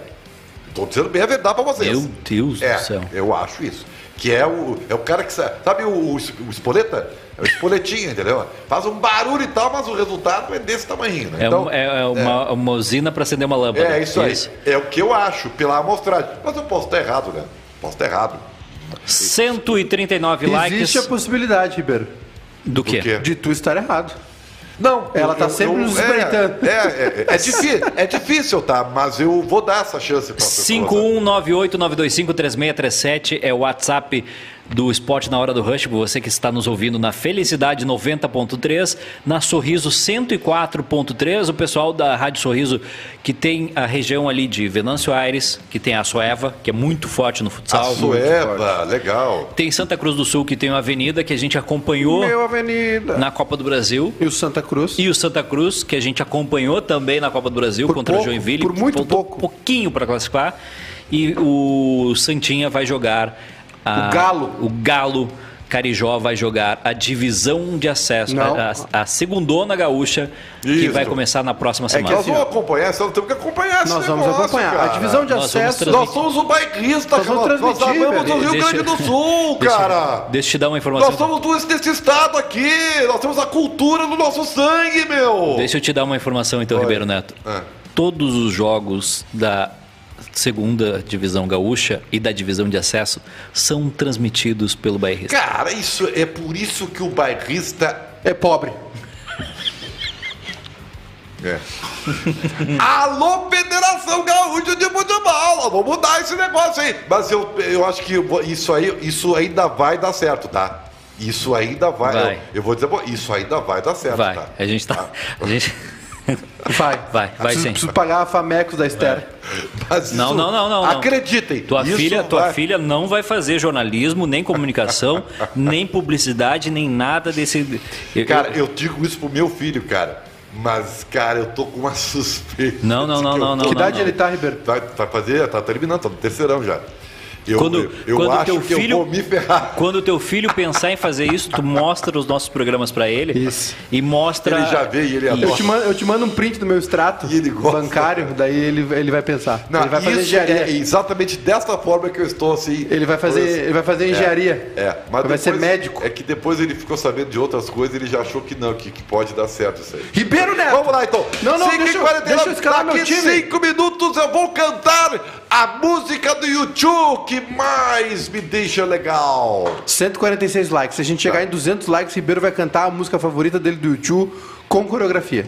[SPEAKER 1] Tô dizendo bem a verdade pra vocês.
[SPEAKER 3] Meu Deus
[SPEAKER 1] é,
[SPEAKER 3] do céu.
[SPEAKER 1] Eu acho isso. Que é o, é o cara que sa- sabe o, o, es- o espoleta? É o espoletinho, (laughs) entendeu? Faz um barulho e tal, mas o resultado é desse tamanho, né?
[SPEAKER 3] É,
[SPEAKER 1] Então,
[SPEAKER 3] um- é- é uma, uma usina pra acender uma lâmpada.
[SPEAKER 1] é isso aí. É o que eu acho, pela amostragem. Mas eu posso estar errado, né? Posso estar errado.
[SPEAKER 3] 139 likes
[SPEAKER 2] Existe a possibilidade, Ribeiro,
[SPEAKER 3] do quê?
[SPEAKER 1] quê?
[SPEAKER 2] de tu estar errado.
[SPEAKER 1] Não,
[SPEAKER 2] Ela tá sempre nos espreitando.
[SPEAKER 1] É, é, é, é difícil, é difícil, tá? Mas eu vou dar essa chance pra pessoa, né? sabe?
[SPEAKER 3] 51989253637 é o WhatsApp do Esporte na Hora do Rush, você que está nos ouvindo na Felicidade 90.3, na Sorriso 104.3, o pessoal da Rádio Sorriso que tem a região ali de Venâncio Aires, que tem a Soeva, que é muito forte no futsal.
[SPEAKER 1] A Sueva, legal.
[SPEAKER 3] Tem Santa Cruz do Sul, que tem uma avenida que a gente acompanhou
[SPEAKER 2] Meu Avenida.
[SPEAKER 3] na Copa do Brasil.
[SPEAKER 2] E o Santa Cruz.
[SPEAKER 3] E o Santa Cruz, que a gente acompanhou também na Copa do Brasil
[SPEAKER 2] Por
[SPEAKER 3] contra o
[SPEAKER 2] pouco,
[SPEAKER 3] Joinville.
[SPEAKER 2] por muito
[SPEAKER 3] faltou
[SPEAKER 2] pouco.
[SPEAKER 3] pouquinho para classificar. E o Santinha vai jogar. a-
[SPEAKER 2] O Galo.
[SPEAKER 3] O Galo Carijó vai jogar a divisão de acesso,
[SPEAKER 2] Não.
[SPEAKER 3] a, a, a segundona gaúcha, que
[SPEAKER 1] Isso.
[SPEAKER 3] vai começar na próxima
[SPEAKER 2] É que
[SPEAKER 3] semana.
[SPEAKER 1] Nós
[SPEAKER 2] assim,
[SPEAKER 1] vamos
[SPEAKER 2] ó.
[SPEAKER 1] acompanhar, só temos que acompanhar esse
[SPEAKER 2] Nós vamos
[SPEAKER 1] negócio,
[SPEAKER 2] acompanhar.
[SPEAKER 1] é cara.
[SPEAKER 2] A divisão de
[SPEAKER 3] Nós vamos
[SPEAKER 2] acesso.
[SPEAKER 3] transmitir.
[SPEAKER 1] Nós somos um bairrista, nós,
[SPEAKER 2] Nós vamos
[SPEAKER 1] nós, nós
[SPEAKER 2] transmitir,
[SPEAKER 1] amamos o
[SPEAKER 2] velho.
[SPEAKER 1] Rio
[SPEAKER 3] Deixa-
[SPEAKER 1] Grande do Sul,
[SPEAKER 3] Deixa-
[SPEAKER 1] cara.
[SPEAKER 3] Deixa eu te dar uma informação.
[SPEAKER 1] Nós somos do, desse estado aqui, nós temos a cultura no nosso sangue, meu.
[SPEAKER 3] Deixa eu te dar uma informação então, Ribeiro Neto.
[SPEAKER 1] Ah.
[SPEAKER 3] Todos os jogos da segunda divisão gaúcha e da divisão de acesso são transmitidos pelo bairrista.
[SPEAKER 1] Cara, isso é por isso que o tá bairrista
[SPEAKER 2] É pobre.
[SPEAKER 1] É. Alô, Federação Gaúcha de Futebol! Nós Vamos mudar esse negócio aí! Mas eu, eu acho que eu vou- isso aí isso ainda vai dar certo, tá? Isso ainda vai.
[SPEAKER 3] Vai.
[SPEAKER 1] Eu, eu vou dizer, pô, isso ainda vai dar certo,
[SPEAKER 3] Vai,
[SPEAKER 1] tá?
[SPEAKER 3] a gente tá. A
[SPEAKER 1] (laughs)
[SPEAKER 3] gente...
[SPEAKER 2] Vai.
[SPEAKER 3] Vai, vai
[SPEAKER 2] preciso,
[SPEAKER 3] sim. É.
[SPEAKER 2] Preciso pagar a Famecos da Esther.
[SPEAKER 1] Mas isso-
[SPEAKER 3] Não, não, não, não, não.
[SPEAKER 1] Acreditem.
[SPEAKER 3] Tua
[SPEAKER 1] isso
[SPEAKER 3] filha, tua
[SPEAKER 1] vai-
[SPEAKER 3] filha não vai fazer jornalismo,
[SPEAKER 1] (laughs)
[SPEAKER 3] nem comunicação, nem publicidade, nem nada desse. Eu-
[SPEAKER 1] Cara,
[SPEAKER 3] eu-
[SPEAKER 1] eu digo isso pro meu filho, cara. Mas, cara, eu tô com uma (laughs) suspeita.
[SPEAKER 3] Não, não,
[SPEAKER 1] de
[SPEAKER 3] não,
[SPEAKER 1] que eu
[SPEAKER 3] não,
[SPEAKER 1] tô-
[SPEAKER 2] que
[SPEAKER 3] não,
[SPEAKER 2] idade
[SPEAKER 3] não.
[SPEAKER 2] ele tá, Ribeiro?
[SPEAKER 1] Vai, vai fazer, tá terminando, tá no terceirão já. Eu,
[SPEAKER 3] Quando-
[SPEAKER 1] eu, eu
[SPEAKER 3] quando
[SPEAKER 1] acho
[SPEAKER 3] teu
[SPEAKER 1] que
[SPEAKER 3] filho-
[SPEAKER 1] eu vou me ferrar.
[SPEAKER 3] Quando teu filho pensar em fazer isso, tu mostra os nossos programas pra ele
[SPEAKER 2] Isso.
[SPEAKER 3] e mostra.
[SPEAKER 1] Ele
[SPEAKER 3] (laughs)
[SPEAKER 1] já vê e ele adora.
[SPEAKER 2] Eu te, mando, eu te mando um print do meu extrato
[SPEAKER 1] E ele gosta.
[SPEAKER 2] bancário, daí ele, ele vai pensar.
[SPEAKER 1] Não,
[SPEAKER 2] ele vai fazer
[SPEAKER 1] isso
[SPEAKER 2] engenharia.
[SPEAKER 1] é exatamente dessa forma que eu estou assim.
[SPEAKER 2] Ele vai fazer, ele vai fazer engenharia.
[SPEAKER 1] É, mas
[SPEAKER 2] vai ser
[SPEAKER 1] depois-
[SPEAKER 2] médico.
[SPEAKER 1] É que depois ele ficou sabendo de outras coisas ele já achou que não, que, que pode dar certo isso aí.
[SPEAKER 2] Ribeiro Neto.
[SPEAKER 1] Vamos lá então.
[SPEAKER 2] Não, não,
[SPEAKER 1] Cinco e
[SPEAKER 2] deixa eu-
[SPEAKER 1] quarenta e
[SPEAKER 2] deixa eu
[SPEAKER 1] nove.
[SPEAKER 2] escalar meu
[SPEAKER 1] Daqui
[SPEAKER 2] time.
[SPEAKER 1] cinco minutos eu vou cantar a música do YouTube que mais me deixa legal.
[SPEAKER 2] 146 likes. Se a gente chegar
[SPEAKER 1] Tá.
[SPEAKER 2] em 200 likes, Ribeiro vai cantar a música favorita dele do YouTube com coreografia.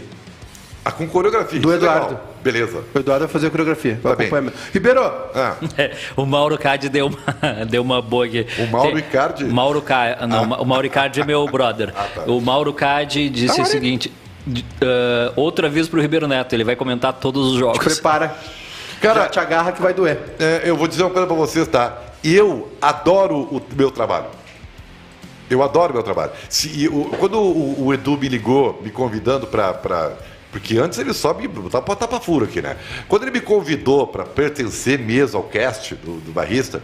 [SPEAKER 1] Ah, com coreografia.
[SPEAKER 2] Do
[SPEAKER 1] isso é
[SPEAKER 2] Eduardo.
[SPEAKER 1] legal. Beleza.
[SPEAKER 2] O Eduardo vai fazer a coreografia. Vai
[SPEAKER 1] Tá bem.
[SPEAKER 2] acompanhar. Ribeiro,
[SPEAKER 1] Ah,
[SPEAKER 3] É, O Mauro Card deu uma, (laughs) deu uma boa aqui.
[SPEAKER 1] O Mauro Ah.
[SPEAKER 3] Tem-
[SPEAKER 1] Cardi?
[SPEAKER 3] Mauro Ca- Não, O Mauro Card é meu brother.
[SPEAKER 1] Ah, tá.
[SPEAKER 3] O Mauro Card disse o seguinte. d- ah, outro aviso pro Ribeiro Neto, ele vai comentar todos os
[SPEAKER 2] te
[SPEAKER 3] jogos.
[SPEAKER 2] prepara.
[SPEAKER 1] Cara-
[SPEAKER 2] Já te agarra que vai doer.
[SPEAKER 1] é, eu vou dizer uma coisa pra vocês, tá? Eu adoro o meu trabalho. Eu adoro meu trabalho. Se, e o- quando o, o Edu me ligou, me convidando para. Porque antes ele só me botava pra tapa furo aqui, né? Quando ele me convidou para pertencer mesmo ao cast do, do Barrista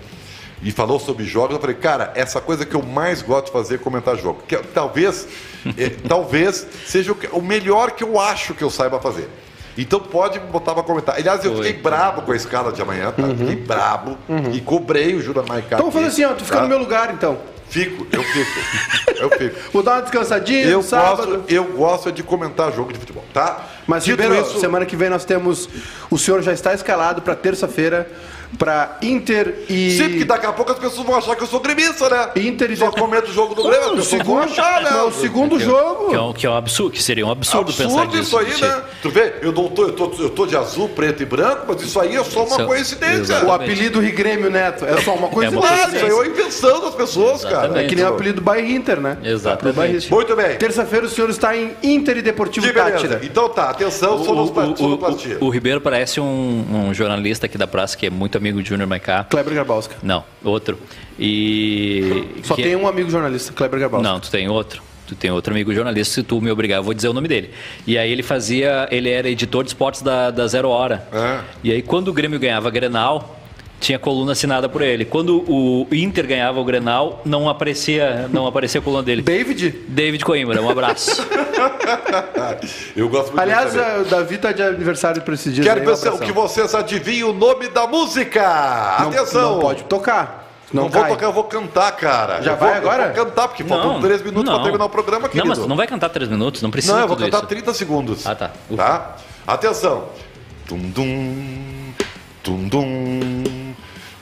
[SPEAKER 1] e falou sobre jogos, eu falei, cara, essa coisa que eu mais gosto de fazer é comentar jogo. Que, talvez,
[SPEAKER 2] (laughs)
[SPEAKER 1] eh, talvez seja o, que- o melhor que eu acho que eu saiba fazer. Então pode botar pra comentar. Aliás, eu fiquei brabo com a escala de amanhã, tá? Fiquei brabo e cobrei o Jura Maiká.
[SPEAKER 2] Uhum. Então vamos fazer
[SPEAKER 1] aqui,
[SPEAKER 2] assim, ó. Tu fica
[SPEAKER 1] tá?
[SPEAKER 2] no meu lugar, então.
[SPEAKER 1] Fico, eu fico. Eu fico.
[SPEAKER 2] (laughs) Vou dar uma descansadinha
[SPEAKER 1] Eu
[SPEAKER 2] no sábado.
[SPEAKER 1] gosto, eu gosto é de comentar jogo de futebol, tá?
[SPEAKER 2] Mas,
[SPEAKER 1] Dito
[SPEAKER 2] Ribeiro,
[SPEAKER 1] isso,
[SPEAKER 2] semana que vem nós temos... O senhor já está escalado para terça-feira, para Inter e...
[SPEAKER 1] sim, porque daqui a pouco as pessoas vão achar que eu sou gremista, né?
[SPEAKER 2] Inter e-
[SPEAKER 1] Só comento o jogo do Grêmio, as
[SPEAKER 2] Não, o
[SPEAKER 1] pessoas vão
[SPEAKER 2] segundo,
[SPEAKER 1] achar, né?
[SPEAKER 2] não, o segundo jogo.
[SPEAKER 3] Que é, um, que é um absurdo, que seria um absurdo, pensar
[SPEAKER 1] Absurdo isso
[SPEAKER 3] nisso.
[SPEAKER 1] aí, né? Tu vê, eu, não tô, eu, tô, eu tô de azul, preto e branco, mas isso aí é só uma
[SPEAKER 3] Isso-
[SPEAKER 1] coincidência.
[SPEAKER 2] O
[SPEAKER 3] exatamente.
[SPEAKER 2] apelido Rigrêmio Neto. É só uma coisa
[SPEAKER 3] É uma
[SPEAKER 1] Ah, isso aí é
[SPEAKER 2] é,
[SPEAKER 1] uma invenção das pessoas, cara.
[SPEAKER 3] Exatamente.
[SPEAKER 2] que nem o apelido Bayern Inter, né?
[SPEAKER 3] Exatamente.
[SPEAKER 2] Pro Bayern.
[SPEAKER 1] Muito bem.
[SPEAKER 2] Terça-feira o senhor está em Inter e Deportivo
[SPEAKER 1] Que beleza.
[SPEAKER 2] Tátira.
[SPEAKER 1] Então tá, atenção, sonopla-
[SPEAKER 3] o,
[SPEAKER 1] sonoplastia.
[SPEAKER 3] o- o Ribeiro parece um, um jornalista aqui da praça que é muito amigo de Júnior Maiká.
[SPEAKER 2] Kleber Grabowska.
[SPEAKER 3] Não, outro. E.
[SPEAKER 2] Só
[SPEAKER 3] que- é?
[SPEAKER 2] tem um amigo jornalista, Kleber Grabowska.
[SPEAKER 3] Não, tu tem outro. Tu tem outro amigo jornalista, se tu me obrigar, eu vou dizer o nome dele. E aí ele fazia. Ele era editor de esportes da, da Zero Hora.
[SPEAKER 1] Ah.
[SPEAKER 3] E aí quando o Grêmio ganhava Grenal, tinha coluna assinada por ele. Quando o Inter ganhava o Grenal, não aparecia, não aparecia a coluna dele.
[SPEAKER 2] David?
[SPEAKER 3] David Coimbra, um
[SPEAKER 1] (laughs)
[SPEAKER 3] abraço.
[SPEAKER 1] Eu gosto muito
[SPEAKER 2] Aliás,
[SPEAKER 1] dele também.
[SPEAKER 2] o Davi tá de aniversário pra esses dias.
[SPEAKER 1] Quero
[SPEAKER 2] aí, um
[SPEAKER 1] pensar
[SPEAKER 2] abração.
[SPEAKER 1] que vocês adivinhem o nome da música.
[SPEAKER 2] Não-
[SPEAKER 1] Atenção.
[SPEAKER 2] Não pode tocar. Não,
[SPEAKER 1] Não, vou tocar, eu vou cantar, cara.
[SPEAKER 2] Já
[SPEAKER 1] Eu vou-
[SPEAKER 2] vai agora?
[SPEAKER 1] Eu vou cantar, porque faltam três minutos pra terminar o programa, querido.
[SPEAKER 3] Não, mas tu não vai cantar três minutos, não precisa
[SPEAKER 1] Não, eu vou
[SPEAKER 3] tudo
[SPEAKER 1] cantar
[SPEAKER 3] isso.
[SPEAKER 1] 30 segundos.
[SPEAKER 3] Ah, tá. Ufa.
[SPEAKER 1] Tá? Atenção. Dum, dum. Dum, dum.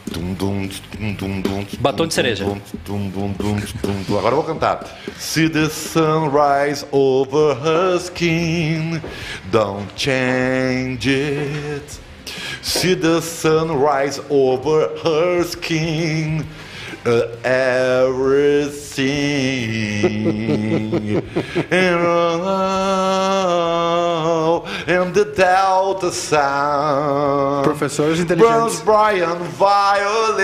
[SPEAKER 1] Dum, dum, dum, dum, dum,
[SPEAKER 3] Batom de cereja.
[SPEAKER 1] Dum, dum, dum, dum, dum, dum. Agora eu vou cantar. See the sunrise over her skin, don't change it. See the sunrise over her skin, uh, everything. and, now, and the Delta sound.
[SPEAKER 2] Professores
[SPEAKER 1] Burns
[SPEAKER 2] inteligentes.
[SPEAKER 1] Brian Violet,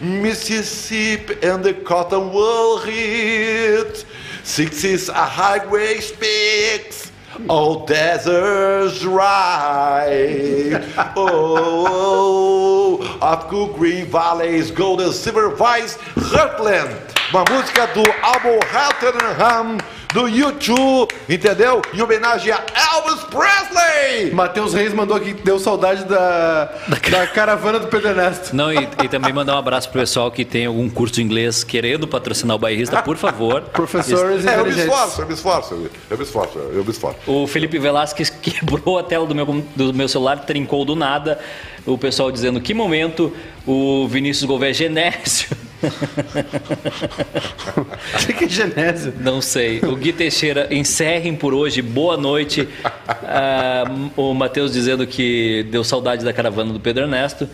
[SPEAKER 1] Mississippi and the Cottonwood Hit, Six is a highway speaks, all deserts rise. (laughs) Oh, of Cool Green Valley's Golden Silver Vice, Heartland, uma música do álbum Heartland do YouTube, entendeu? Em homenagem a Elvis Presley!
[SPEAKER 2] Matheus Reis mandou aqui que deu saudade da, da caravana do Pedro Ernesto.
[SPEAKER 3] Não, e, e também mandar um abraço pro pessoal que tem algum curso de inglês querendo patrocinar o bairrista,
[SPEAKER 1] (laughs)
[SPEAKER 3] por favor.
[SPEAKER 2] Professores
[SPEAKER 1] É, eu me
[SPEAKER 2] inteligentes.
[SPEAKER 1] esforço, eu me esforço, eu me esforço, eu me esforço.
[SPEAKER 3] O Felipe Velasquez (laughs) quebrou a tela do meu, com- do meu celular, trincou do nada. O pessoal dizendo que momento. O Vinícius Gouveia Genésio.
[SPEAKER 2] Que que é genésio?
[SPEAKER 3] Não sei. O Gui Teixeira, encerrem por hoje. Boa noite. Ah, o Matheus dizendo que deu saudade da caravana do Pedro Ernesto.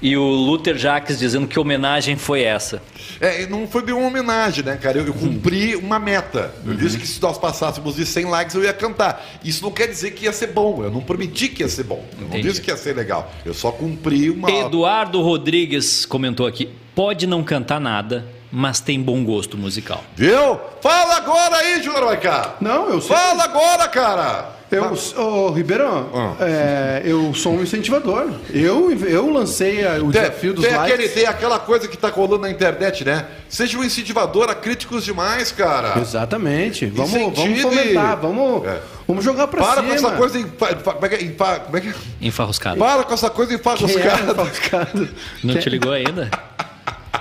[SPEAKER 3] E o Luther Jaques dizendo que homenagem foi essa.
[SPEAKER 1] É, e não foi bem uma homenagem, né, cara? Eu, eu cumpri uma meta. Eu disse que se nós passássemos de 100 likes, eu ia cantar. Isso não quer dizer que ia ser bom. Eu não prometi que ia ser bom. Eu não
[SPEAKER 3] Entendi.
[SPEAKER 1] disse que ia ser legal. Eu só cumpri uma.
[SPEAKER 3] Eduardo Rodrigues comentou aqui: pode não cantar nada, mas tem bom gosto musical.
[SPEAKER 1] Viu? Fala agora aí, Júnior Maiká!
[SPEAKER 2] Não, eu sou.
[SPEAKER 1] Fala agora, cara!
[SPEAKER 2] Eu, ô, Ribeirão, é, eu sou um incentivador. Eu, eu lancei a- o desafio dos
[SPEAKER 1] tem,
[SPEAKER 2] likes.
[SPEAKER 1] aquele, tem aquela coisa que tá rolando na internet, né? Seja um incentivador a críticos demais, cara.
[SPEAKER 2] Exatamente. Vamos, vamos
[SPEAKER 1] Incentive.
[SPEAKER 2] fomentar, vamos,
[SPEAKER 1] É.
[SPEAKER 2] vamos jogar pra
[SPEAKER 1] Para
[SPEAKER 2] cima.
[SPEAKER 1] com essa coisa. Em, fa- fa- como é que é? Em fa- como é que é?
[SPEAKER 3] Enfarruscado.
[SPEAKER 1] Para com essa coisa
[SPEAKER 2] É, (laughs)
[SPEAKER 3] é?
[SPEAKER 1] enfagoscada.
[SPEAKER 3] (laughs)
[SPEAKER 2] Enroscado.
[SPEAKER 3] Não te ligou ainda?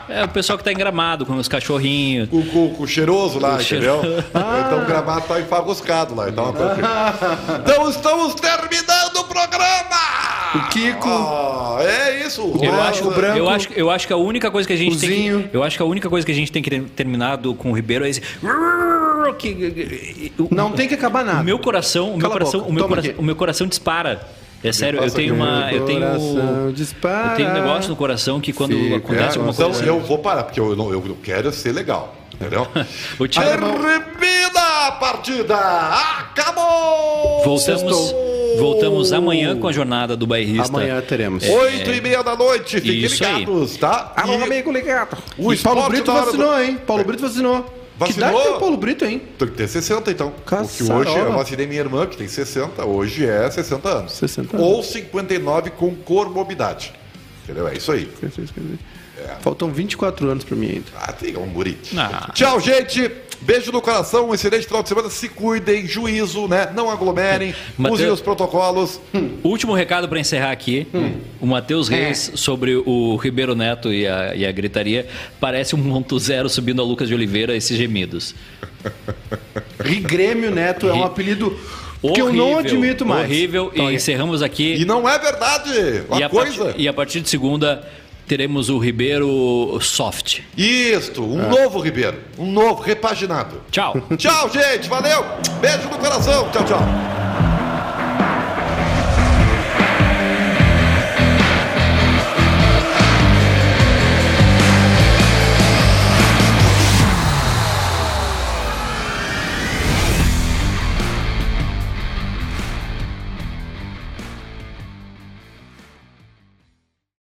[SPEAKER 3] É o pessoal que tá engramado com os cachorrinhos.
[SPEAKER 1] Com, com, com o cheiroso lá,
[SPEAKER 3] O
[SPEAKER 1] entendeu? Então o gramado tá enfagoscado lá. Então, é uma coisa
[SPEAKER 3] (laughs)
[SPEAKER 1] que- então estamos terminando o programa!
[SPEAKER 2] O Kiko.
[SPEAKER 1] Ah, é isso. o
[SPEAKER 3] Eu
[SPEAKER 1] Rosa.
[SPEAKER 3] acho,
[SPEAKER 2] branco.
[SPEAKER 3] eu, acho, eu acho que a única coisa que a gente tem
[SPEAKER 2] Cozinho.
[SPEAKER 3] que, Eu acho que a única coisa que a gente tem que ter terminado com o Ribeiro é esse. Pro que. o-
[SPEAKER 2] Não tem que acabar nada.
[SPEAKER 3] O meu coração, o meu
[SPEAKER 2] Cala a
[SPEAKER 3] coração,
[SPEAKER 2] boca,
[SPEAKER 3] o meu
[SPEAKER 2] toma
[SPEAKER 3] coração,
[SPEAKER 2] aqui.
[SPEAKER 3] o meu coração dispara. É sério, eu tenho uma, eu tenho,
[SPEAKER 2] coração dispara.
[SPEAKER 3] eu tenho um negócio no coração que quando
[SPEAKER 5] Fica
[SPEAKER 3] acontece alguma
[SPEAKER 1] então
[SPEAKER 3] coisa,
[SPEAKER 1] eu vou parar, porque eu, não, eu eu quero é ser legal. Entendeu?
[SPEAKER 3] (laughs) O Thiago-
[SPEAKER 1] Termina a partida! Acabou!
[SPEAKER 3] voltamos, voltamos amanhã com a jornada do bairrista.
[SPEAKER 5] Amanhã teremos.
[SPEAKER 2] É.
[SPEAKER 1] Oito e meia da noite, fiquem
[SPEAKER 3] Isso aí.
[SPEAKER 1] ligados, tá?
[SPEAKER 2] Alô,
[SPEAKER 1] E-
[SPEAKER 2] amigo ligado.
[SPEAKER 1] O
[SPEAKER 2] E Paulo
[SPEAKER 1] esporte
[SPEAKER 2] Brito
[SPEAKER 1] da hora do-
[SPEAKER 2] vacinou, hein? Paulo Brito vacinou. Que
[SPEAKER 1] Vacinou?
[SPEAKER 2] idade tem o Paulo Brito, hein?
[SPEAKER 1] Tem que ter 60, então. Porque
[SPEAKER 2] Caçarola.
[SPEAKER 1] hoje eu vacinei minha irmã, que tem 60, hoje é 60 anos.
[SPEAKER 5] 60 anos.
[SPEAKER 1] Ou 59 com comorbidade. Entendeu? É isso aí.
[SPEAKER 2] Faltam 24 anos pra mim ainda.
[SPEAKER 1] Ah, tem um guri.
[SPEAKER 3] Ah.
[SPEAKER 1] Tchau, gente. Beijo no coração, um excelente final de semana. Se cuidem, juízo, né? Não aglomerem,
[SPEAKER 3] Mateus-
[SPEAKER 1] usem os protocolos.
[SPEAKER 3] Último recado para encerrar aqui.
[SPEAKER 2] Hum.
[SPEAKER 3] O
[SPEAKER 2] É.
[SPEAKER 3] Matheus Reis sobre o Ribeiro Neto e a, e a gritaria parece um ponto zero subindo a Lucas de Oliveira esses gemidos.
[SPEAKER 2] Rigrêmio Neto é um
[SPEAKER 3] Ri-
[SPEAKER 2] apelido que eu não
[SPEAKER 3] Horrível,
[SPEAKER 2] admito mais. Então,
[SPEAKER 3] Horrível. e encerramos aqui.
[SPEAKER 1] E não é verdade
[SPEAKER 3] E
[SPEAKER 1] uma
[SPEAKER 3] a
[SPEAKER 1] coisa.
[SPEAKER 3] partir- e a partir de segunda teremos o Ribeiro Soft.
[SPEAKER 1] Isto, um
[SPEAKER 3] Ah.
[SPEAKER 1] novo Ribeiro, um novo, repaginado.
[SPEAKER 3] Tchau.
[SPEAKER 1] Tchau, gente. Valeu. Beijo no coração. Tchau, tchau.